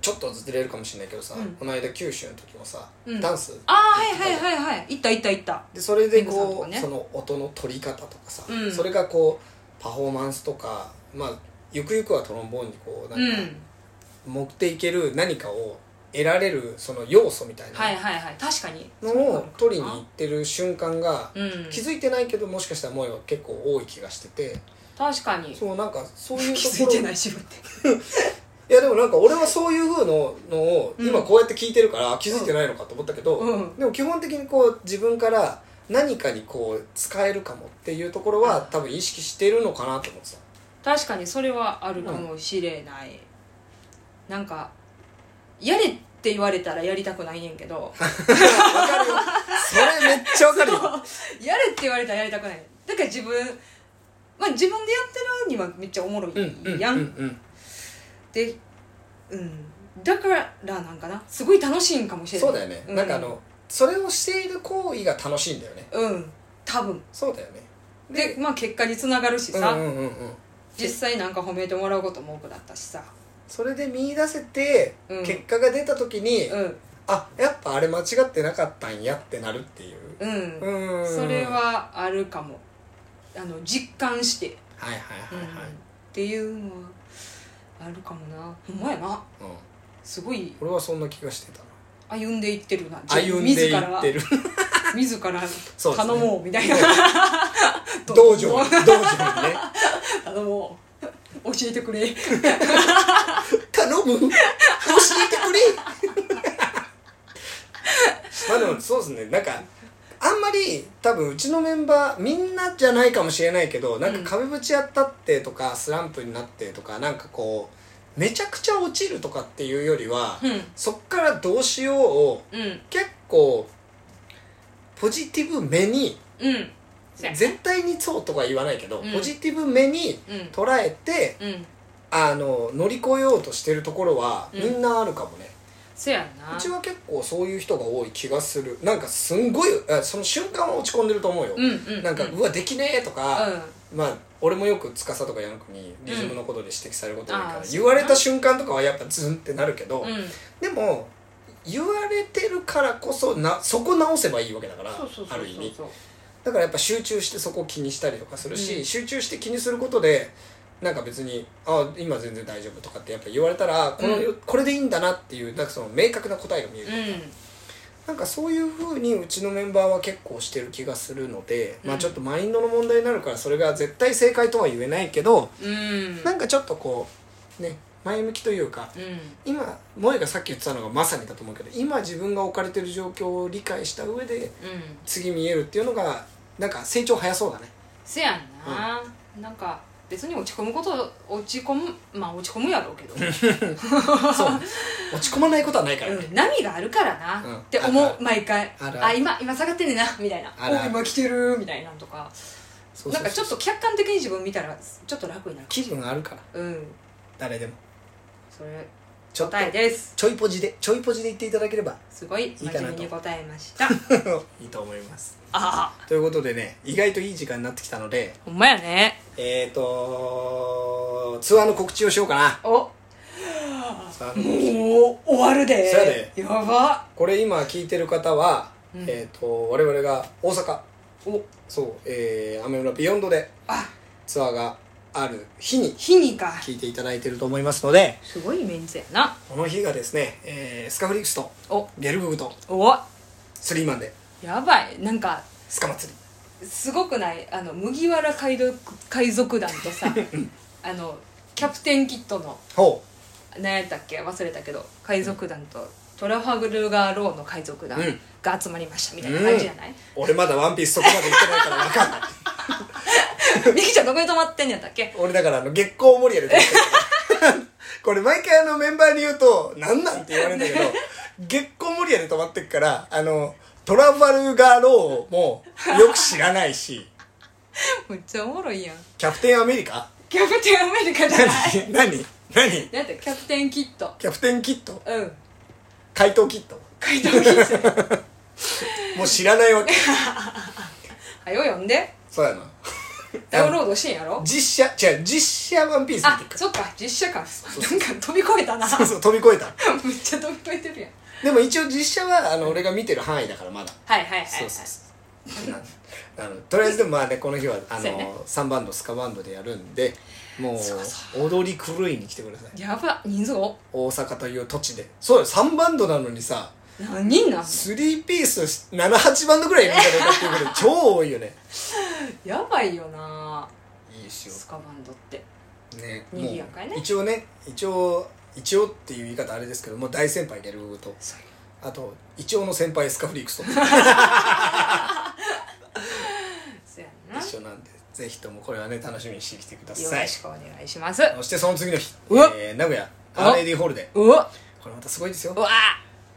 [SPEAKER 1] ちょっとずれるかもしれないけどさ、
[SPEAKER 2] うん
[SPEAKER 1] この間九州の時もさ、
[SPEAKER 2] うん
[SPEAKER 1] ダンス
[SPEAKER 2] あああはいはいはいはい行った行った行った
[SPEAKER 1] でそれで
[SPEAKER 2] リンゴさんと
[SPEAKER 1] こ
[SPEAKER 2] か
[SPEAKER 1] う、
[SPEAKER 2] ね
[SPEAKER 1] その音の取り方とかさ、
[SPEAKER 2] うん
[SPEAKER 1] それがこうパフォーマンスとかまあゆくゆくはトロンボーンにこうな
[SPEAKER 2] う
[SPEAKER 1] んんか持っていける何かを得られるその要素みたい
[SPEAKER 2] はい
[SPEAKER 1] な
[SPEAKER 2] はいはい確かに
[SPEAKER 1] のを取りに行ってる瞬間が
[SPEAKER 2] うん
[SPEAKER 1] 気づいてないけどもしかしたら萌えは結構多い気がしてて
[SPEAKER 2] 確かに
[SPEAKER 1] そうなんかそういうところ
[SPEAKER 2] 気づいてない自分って
[SPEAKER 1] いやでもなんか俺はそういう風ののを
[SPEAKER 2] うん
[SPEAKER 1] 今こうやって聞いてるから気づいてないのかと思ったけど、
[SPEAKER 2] うん
[SPEAKER 1] でも基本的にこう自分から何かにこう使えるかもっていうところは多分意識してるのかなと思ってた
[SPEAKER 2] 確かにそれはあるかもしれない、なんかやれって言われたらやりたくないねんけど
[SPEAKER 1] わかるよそれめっちゃわかるよ
[SPEAKER 2] やれって言われたらやりたくないだから自分まあ自分でやってるにはめっちゃおもろいやん、
[SPEAKER 1] うん
[SPEAKER 2] でうんだからなんかなすごい楽しいんかもしれない
[SPEAKER 1] そうだよね、
[SPEAKER 2] うん、
[SPEAKER 1] なんかあのそれをしている行為が楽しいんだよね
[SPEAKER 2] うん多分
[SPEAKER 1] そうだよね
[SPEAKER 2] でまあ結果につながるし
[SPEAKER 1] うん
[SPEAKER 2] さ、
[SPEAKER 1] うんうんうん
[SPEAKER 2] 実際なんか褒めてもらうことも多くなったしさ
[SPEAKER 1] それで見出せて、
[SPEAKER 2] うん
[SPEAKER 1] 結果が出た時に、
[SPEAKER 2] うん
[SPEAKER 1] あやっぱあれ間違ってなかったんやってなるっていう
[SPEAKER 2] う
[SPEAKER 1] う
[SPEAKER 2] ん、
[SPEAKER 1] ん
[SPEAKER 2] それはあるかもあの実感して
[SPEAKER 1] はいはいはいはい、
[SPEAKER 2] っていうのはあるかもなほんまやな
[SPEAKER 1] うん
[SPEAKER 2] すごい
[SPEAKER 1] 俺はそんな気がしてたな
[SPEAKER 2] 歩んでいってるな
[SPEAKER 1] 歩んでいってる
[SPEAKER 2] 自ら
[SPEAKER 1] そ
[SPEAKER 2] 自
[SPEAKER 1] う
[SPEAKER 2] ら
[SPEAKER 1] ですね
[SPEAKER 2] 頼もうみたいな
[SPEAKER 1] 道場に
[SPEAKER 2] ど
[SPEAKER 1] 道
[SPEAKER 2] うぞ
[SPEAKER 1] 場にね
[SPEAKER 2] 頼もう教えてくれ
[SPEAKER 1] 頼む教えてくれまあでもそうですねなんかあんまり多分うちのメンバーみんなじゃないかもしれないけどなんか壁ぶちやったってとかスランプになってとかなんかこうめちゃくちゃ落ちるとかっていうよりは、
[SPEAKER 2] う
[SPEAKER 1] そっからどうしようを
[SPEAKER 2] んうん
[SPEAKER 1] 結構ポジティブめに
[SPEAKER 2] うんそうや
[SPEAKER 1] 絶対にそうとか言わないけど、
[SPEAKER 2] うん
[SPEAKER 1] ポジティブめに
[SPEAKER 2] うん
[SPEAKER 1] 捉えて
[SPEAKER 2] うん
[SPEAKER 1] あの乗り越えようとしてるところは
[SPEAKER 2] うん
[SPEAKER 1] みんなあるかもね、
[SPEAKER 2] せや
[SPEAKER 1] う
[SPEAKER 2] な
[SPEAKER 1] ちは結構そういう人が多い気がするなんかすんごいあその瞬間は落ち込んでると思うよ、
[SPEAKER 2] うんうん
[SPEAKER 1] なんか、うわできねえとか、
[SPEAKER 2] う
[SPEAKER 1] まあ俺もよく司とか矢野君にリズムのことで指摘されることが多いから、
[SPEAKER 2] うんあー
[SPEAKER 1] 言われた瞬間とかはやっぱズンってなるけど、
[SPEAKER 2] んうん
[SPEAKER 1] でも言われてるからこそなそこ直せばいいわけだから
[SPEAKER 2] そうそうそ
[SPEAKER 1] あ
[SPEAKER 2] う
[SPEAKER 1] る意味
[SPEAKER 2] そう
[SPEAKER 1] だからやっぱ集中してそこを気にしたりとかするし、
[SPEAKER 2] うん
[SPEAKER 1] 集中して気にすることでなんか別に「あ今全然大丈夫」とかってやっぱ言われたらこの、
[SPEAKER 2] うん
[SPEAKER 1] これでいいんだなっていうなんかその明確な答えが見える、
[SPEAKER 2] う
[SPEAKER 1] なんかそういうふうにうちのメンバーは結構してる気がするので、ま
[SPEAKER 2] う
[SPEAKER 1] あ
[SPEAKER 2] ん
[SPEAKER 1] ちょっとマインドの問題になるからそれが絶対正解とは言えないけど、
[SPEAKER 2] んうん
[SPEAKER 1] なんかちょっとこうね前向きというか
[SPEAKER 2] うん
[SPEAKER 1] 今萌がさっき言ってたのがまさにだと思うけど今自分が置かれてる状況を理解した上で
[SPEAKER 2] うん
[SPEAKER 1] 次見えるっていうのがなんか成長早そうだね
[SPEAKER 2] せやんな、なんか別に落ち込むこと落ち込むまあ落ち込むやろうけど、
[SPEAKER 1] そう落ち込まないことはないからね、
[SPEAKER 2] うん、波があるからな、
[SPEAKER 1] うん
[SPEAKER 2] って思
[SPEAKER 1] あるあ
[SPEAKER 2] う
[SPEAKER 1] る
[SPEAKER 2] 毎回
[SPEAKER 1] あるある
[SPEAKER 2] 今今下がってんねんなみたいな
[SPEAKER 1] あるある
[SPEAKER 2] お今来てるみたいなのとか
[SPEAKER 1] そうそうそう
[SPEAKER 2] なんかちょっと客観的に自分見たらちょっと楽になる
[SPEAKER 1] 気分あるから
[SPEAKER 2] うん
[SPEAKER 1] 誰でも
[SPEAKER 2] それ
[SPEAKER 1] ちょっと
[SPEAKER 2] 答えです
[SPEAKER 1] ちょいポジでちょいポジで言っていただければ
[SPEAKER 2] すごい
[SPEAKER 1] かな
[SPEAKER 2] 真
[SPEAKER 1] と
[SPEAKER 2] 面目に答えましたあ
[SPEAKER 1] いいと思います
[SPEAKER 2] あ
[SPEAKER 1] ということでね意外といい時間になってきたので
[SPEAKER 2] ほんまやね
[SPEAKER 1] えっ、ー、とツアーの告知をしようかな
[SPEAKER 2] お
[SPEAKER 1] ツアーの告知
[SPEAKER 2] もう終わるで
[SPEAKER 1] そやで
[SPEAKER 2] やば
[SPEAKER 1] これ今聞いてる方は、
[SPEAKER 2] うん
[SPEAKER 1] えっ、と我々が大阪
[SPEAKER 2] お
[SPEAKER 1] そうえー、アメ村ビヨンドで
[SPEAKER 2] あ
[SPEAKER 1] ツアーがある日に
[SPEAKER 2] 日にか
[SPEAKER 1] 聞いていただいてると思いますのです
[SPEAKER 2] ごいメンツやな
[SPEAKER 1] この日がですね、えースカフリックスと
[SPEAKER 2] お
[SPEAKER 1] ゲルググと
[SPEAKER 2] お
[SPEAKER 1] スリーマンで
[SPEAKER 2] やばいなんか
[SPEAKER 1] スカ祭り
[SPEAKER 2] すごくないあの麦わら海賊海賊団 とさあのキャプテンキットの
[SPEAKER 1] ほ
[SPEAKER 2] 何やったっけ忘れたけど海賊団とトラファグルガーローの海賊団
[SPEAKER 1] うん
[SPEAKER 2] が集まりましたみたいな感じじゃない、
[SPEAKER 1] う俺まだワンピースそこまで行ってないから分かんない
[SPEAKER 2] ミキちゃんどこに泊まってんやったっけ
[SPEAKER 1] 俺だからあの月光守屋で撮ってるからこれ毎回あのメンバーに言うと「なんなん?」って言われるんだけど月光守屋で泊まってっからあのトラファルガーローもよく知らないし
[SPEAKER 2] めっちゃおもろいやん
[SPEAKER 1] キャプテンアメリカ
[SPEAKER 2] キャプテンアメリカじ ゃない
[SPEAKER 1] 何何何
[SPEAKER 2] だってキャプテンキット
[SPEAKER 1] キャプテンキット
[SPEAKER 2] うん
[SPEAKER 1] 怪盗キット
[SPEAKER 2] 海賊 キット
[SPEAKER 1] もう知らないわけ
[SPEAKER 2] はよ読んで
[SPEAKER 1] そうやな
[SPEAKER 2] ダウンロードしてんやろ
[SPEAKER 1] 実写違う実写ワンピース見
[SPEAKER 2] あ
[SPEAKER 1] てるか
[SPEAKER 2] そっか実写かなんか飛び越えたな
[SPEAKER 1] らそうそう飛び越えた
[SPEAKER 2] めっちゃ飛び越えてるやん
[SPEAKER 1] でも一応実写はあの俺が見てる範囲だからまだ
[SPEAKER 2] はいはいはい、はい、
[SPEAKER 1] そうそうそうな あのとりあえずでもまあねこの日はあの、
[SPEAKER 2] そうやね
[SPEAKER 1] 3バンドスカバンドでやるんでも
[SPEAKER 2] そう
[SPEAKER 1] う踊り狂いに来てください
[SPEAKER 2] やば人数多
[SPEAKER 1] 大阪という土地でそうよ3バンドなのにさ
[SPEAKER 2] 何人なん
[SPEAKER 1] 3ピース78バンドぐらいいるんじゃないかっていうことで超多いよね
[SPEAKER 2] やばいよない
[SPEAKER 1] いです
[SPEAKER 2] スカバンドって
[SPEAKER 1] ねも
[SPEAKER 2] 賑やかやね
[SPEAKER 1] う一応ね一応一応っていう言い方あれですけどもう大先輩ゲルググとあと一応の先輩スカフリークスと
[SPEAKER 2] そやな
[SPEAKER 1] 一緒なん でぜひともこれはね楽しみにしてきてくだ
[SPEAKER 2] よ
[SPEAKER 1] さ
[SPEAKER 2] ろ
[SPEAKER 1] い
[SPEAKER 2] しくお願いします
[SPEAKER 1] そしてその次の日、
[SPEAKER 2] うわ
[SPEAKER 1] えー名古屋
[SPEAKER 2] うわ
[SPEAKER 1] RAD ホールで
[SPEAKER 2] うわ
[SPEAKER 1] これまたすごいです
[SPEAKER 2] う
[SPEAKER 1] よ
[SPEAKER 2] わ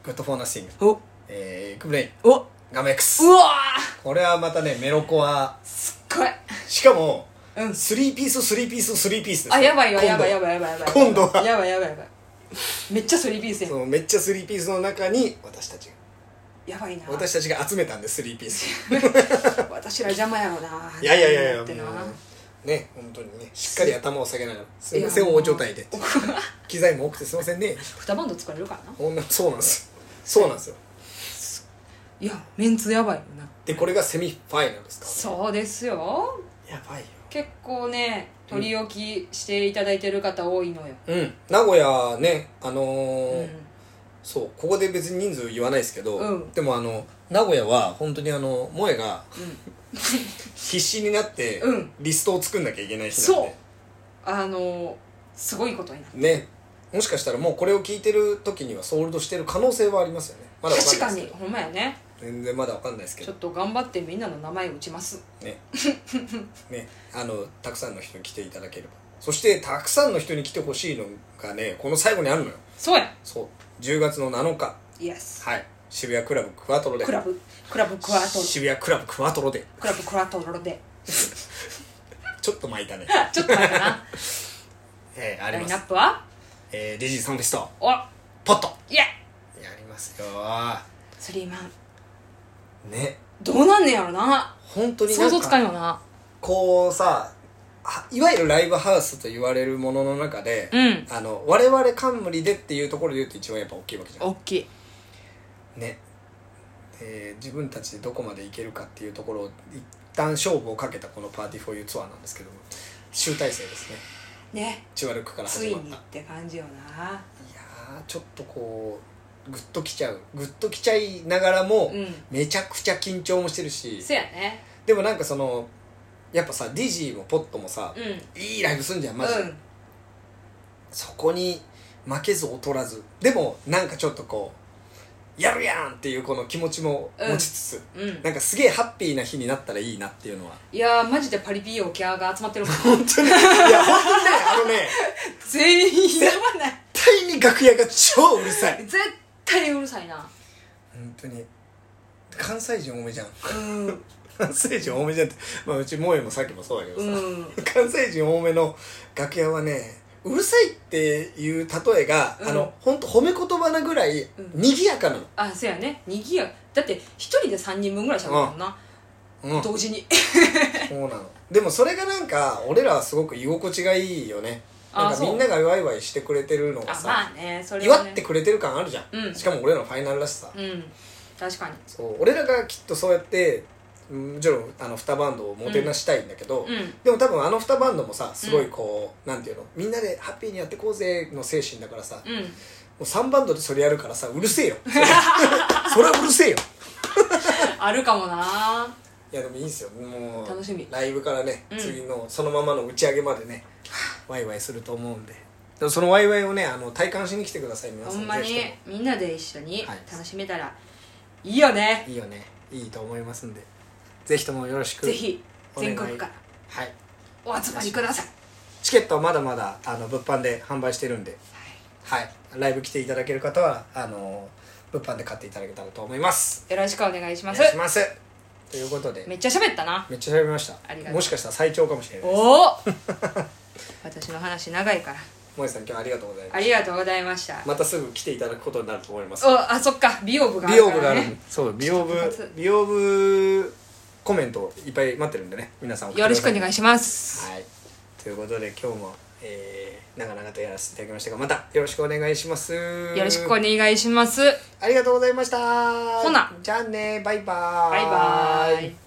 [SPEAKER 1] グッドフォーナッシング、
[SPEAKER 2] おう
[SPEAKER 1] えー、グブレイン
[SPEAKER 2] わ
[SPEAKER 1] ガメックス
[SPEAKER 2] うわ
[SPEAKER 1] これはまたねメロコア
[SPEAKER 2] すっごい
[SPEAKER 1] しかも
[SPEAKER 2] うん
[SPEAKER 1] 3ピース3ピース3ピースです
[SPEAKER 2] あやばいわやばいや
[SPEAKER 1] ばい
[SPEAKER 2] ばいやばいやばい
[SPEAKER 1] 今度は
[SPEAKER 2] やばいやばいやばいめっちゃスリーピースやん
[SPEAKER 1] そうめっちゃ3ピースの中に私たちが
[SPEAKER 2] やばいな
[SPEAKER 1] 私たちが集めたんで3ピース
[SPEAKER 2] 私ら邪魔やろない
[SPEAKER 1] やいやいやいや
[SPEAKER 2] ってな
[SPEAKER 1] もうね本当にねしっかり頭を下げながらすいません
[SPEAKER 2] いや
[SPEAKER 1] 大状態で機材も多くてすいません ね
[SPEAKER 2] 二バンド疲れるからな
[SPEAKER 1] こんなそうなんですそうなんですよ
[SPEAKER 2] いやメンツやばいよな
[SPEAKER 1] でこれがセミファイナルですか
[SPEAKER 2] そうですよ
[SPEAKER 1] やばいよ
[SPEAKER 2] 結構ね取り置きしていただいてる方多いのよ、
[SPEAKER 1] うん名古屋ねあの
[SPEAKER 2] う
[SPEAKER 1] ー
[SPEAKER 2] ん
[SPEAKER 1] そうここで別に人数言わないですけど、
[SPEAKER 2] うん
[SPEAKER 1] でもあの名古屋は本当にあの萌えが必死になって
[SPEAKER 2] うん
[SPEAKER 1] リストを作んなきゃいけない日なん
[SPEAKER 2] そう
[SPEAKER 1] で、
[SPEAKER 2] あのすごいことになる
[SPEAKER 1] ねもしかしたらもうこれを聞いてる時にはソールドしてる可能性はありますよねまだわか
[SPEAKER 2] 確
[SPEAKER 1] んな
[SPEAKER 2] か
[SPEAKER 1] いです
[SPEAKER 2] に
[SPEAKER 1] けど
[SPEAKER 2] ほんまやね
[SPEAKER 1] 全然まだわかんないですけ
[SPEAKER 2] ちょ
[SPEAKER 1] ど
[SPEAKER 2] っと頑張ってみんなの名前打ちます
[SPEAKER 1] ねねあのたくさんの人に来ていただければそしてたくさんの人に来てほしいのがねこの最後にあるのよ
[SPEAKER 2] そうや
[SPEAKER 1] そう10月の7日
[SPEAKER 2] イエス
[SPEAKER 1] はい渋谷クラブクワトロで
[SPEAKER 2] クラブクラブクワトロ
[SPEAKER 1] 渋谷クラブクワトロで
[SPEAKER 2] クラブクワトロで
[SPEAKER 1] ちょっと巻いたね
[SPEAKER 2] ちょっと前かな
[SPEAKER 1] えー、 あ
[SPEAKER 2] ラ
[SPEAKER 1] りま
[SPEAKER 2] インナ
[SPEAKER 1] す
[SPEAKER 2] ップは
[SPEAKER 1] えー、デジサンフェスト
[SPEAKER 2] お
[SPEAKER 1] ポット
[SPEAKER 2] いや
[SPEAKER 1] やりますよ
[SPEAKER 2] スリーマン
[SPEAKER 1] ね
[SPEAKER 2] どうなんねやろな
[SPEAKER 1] 本当にな
[SPEAKER 2] 想
[SPEAKER 1] んか
[SPEAKER 2] 像つかんよな
[SPEAKER 1] こうさはいわゆるライブハウスと言われるものの中で、
[SPEAKER 2] うん
[SPEAKER 1] あの我々冠でっていうところで言うと一番やっぱ大きいわけじゃん
[SPEAKER 2] 大きい
[SPEAKER 1] ねで自分たちでどこまでいけるかっていうところを一旦勝負をかけたこの「パーティー・フォー・ユー・ツアー」なんですけども集大成ですね
[SPEAKER 2] ね
[SPEAKER 1] 千葉ルクから
[SPEAKER 2] つ
[SPEAKER 1] 始
[SPEAKER 2] い
[SPEAKER 1] まったい
[SPEAKER 2] にって感じよな
[SPEAKER 1] やーちょっとこうグッときちゃうグッときちゃいながらも、
[SPEAKER 2] うん
[SPEAKER 1] めちゃくちゃ緊張もしてるし
[SPEAKER 2] そやね
[SPEAKER 1] でもなんかそのやっぱさディジーもポットもさ
[SPEAKER 2] う、ん
[SPEAKER 1] いいライブすんじゃん
[SPEAKER 2] う
[SPEAKER 1] マジで、
[SPEAKER 2] ん
[SPEAKER 1] そこに負けず劣らずでもなんかちょっとこうやるやんっていうこの気持ちも持ちつつ、
[SPEAKER 2] うん
[SPEAKER 1] なんかすげえハッピーな日になったらいいなっていう のは
[SPEAKER 2] いやーマジでパリピオキャーが 集まってるから
[SPEAKER 1] いや本当にねあのね
[SPEAKER 2] 全員やばない
[SPEAKER 1] 絶対に楽屋が超うるさい
[SPEAKER 2] 絶対うるさいな
[SPEAKER 1] 本当に関西人多めじゃん
[SPEAKER 2] うん
[SPEAKER 1] 関西人多めじゃんって、まあ、うち萌えもさっきもそうだけど
[SPEAKER 2] う
[SPEAKER 1] さ、
[SPEAKER 2] ん
[SPEAKER 1] 関西人多めの楽屋はねうるさいっていう例えが、
[SPEAKER 2] うん
[SPEAKER 1] あの本当褒め言葉なぐらい
[SPEAKER 2] うん
[SPEAKER 1] 賑やかなの、
[SPEAKER 2] あそうやねにぎやだって一人で3人分ぐらいしゃべるもんな、
[SPEAKER 1] うん、
[SPEAKER 2] 同時に
[SPEAKER 1] そうなのでもそれがなんか俺らはすごく居心地がいいよねなん
[SPEAKER 2] あ
[SPEAKER 1] か
[SPEAKER 2] そう
[SPEAKER 1] みんながワイワイしてくれてるのが
[SPEAKER 2] あ
[SPEAKER 1] さ、
[SPEAKER 2] まあねそれは、
[SPEAKER 1] 祝
[SPEAKER 2] ね、
[SPEAKER 1] ってくれてる感あるじゃん、
[SPEAKER 2] うん
[SPEAKER 1] しかも俺らのファイナルらしさ、
[SPEAKER 2] うん確かに
[SPEAKER 1] そう俺らがきっとそうやってうんもちろんあの2バンドをもてなしたいんだけど、
[SPEAKER 2] うん
[SPEAKER 1] でも多分あの2バンドもさすごいこう、なんていうのみんなでハッピーにやってこうぜの精神だからさ、も
[SPEAKER 2] うん
[SPEAKER 1] う3バンドでそれやるからさうるせえよ それはうるせえよ
[SPEAKER 2] あるかもない
[SPEAKER 1] やでもいいんですよもう
[SPEAKER 2] 楽しみ
[SPEAKER 1] ライブからね、
[SPEAKER 2] うん
[SPEAKER 1] 次のそのままの打ち上げまでねワイワイすると思うんででもそのワイワイをねあの体感しに来てください皆さ
[SPEAKER 2] ほ
[SPEAKER 1] ん
[SPEAKER 2] んま
[SPEAKER 1] ぜ
[SPEAKER 2] に
[SPEAKER 1] ひとも
[SPEAKER 2] みんなで一緒に
[SPEAKER 1] はい
[SPEAKER 2] 楽しめたらいいよね、
[SPEAKER 1] いいよねいいと思いますんでぜひともよろしく
[SPEAKER 2] ぜひ
[SPEAKER 1] お願
[SPEAKER 2] 全
[SPEAKER 1] い
[SPEAKER 2] 国から
[SPEAKER 1] はい
[SPEAKER 2] お集まりください、
[SPEAKER 1] チケットはまだまだあの物販で販売してるんではいライブ来ていただける方はあの物販で買っていただけたらと思います
[SPEAKER 2] よろしくお願いし
[SPEAKER 1] お
[SPEAKER 2] ます
[SPEAKER 1] 願いしますということで
[SPEAKER 2] めっちゃ喋ったな
[SPEAKER 1] めっちゃ喋りまし
[SPEAKER 2] ありがと
[SPEAKER 1] た
[SPEAKER 2] う
[SPEAKER 1] もしかしたら最長かもしれないです
[SPEAKER 2] おお私の話長 いから
[SPEAKER 1] 萌さん今日はありがとうございます
[SPEAKER 2] ありがとうございました、
[SPEAKER 1] またすぐ来ていただくことになると思います
[SPEAKER 2] おあそっか美容部があ
[SPEAKER 1] 美
[SPEAKER 2] る
[SPEAKER 1] 容
[SPEAKER 2] か
[SPEAKER 1] 部があ
[SPEAKER 2] ら、
[SPEAKER 1] る
[SPEAKER 2] ね、
[SPEAKER 1] そう美容部
[SPEAKER 2] 一発
[SPEAKER 1] 美容部コメントいっぱい待ってるんでね皆さん
[SPEAKER 2] よろしくお願
[SPEAKER 1] い
[SPEAKER 2] い
[SPEAKER 1] し
[SPEAKER 2] します
[SPEAKER 1] はいということで今日も、えー、長々とやらせていただきましたがまたよろしくお願いしますよ
[SPEAKER 2] よろしくお願いします
[SPEAKER 1] ありがとうございました
[SPEAKER 2] ほな
[SPEAKER 1] じゃあねバイバーイ
[SPEAKER 2] バイバーイ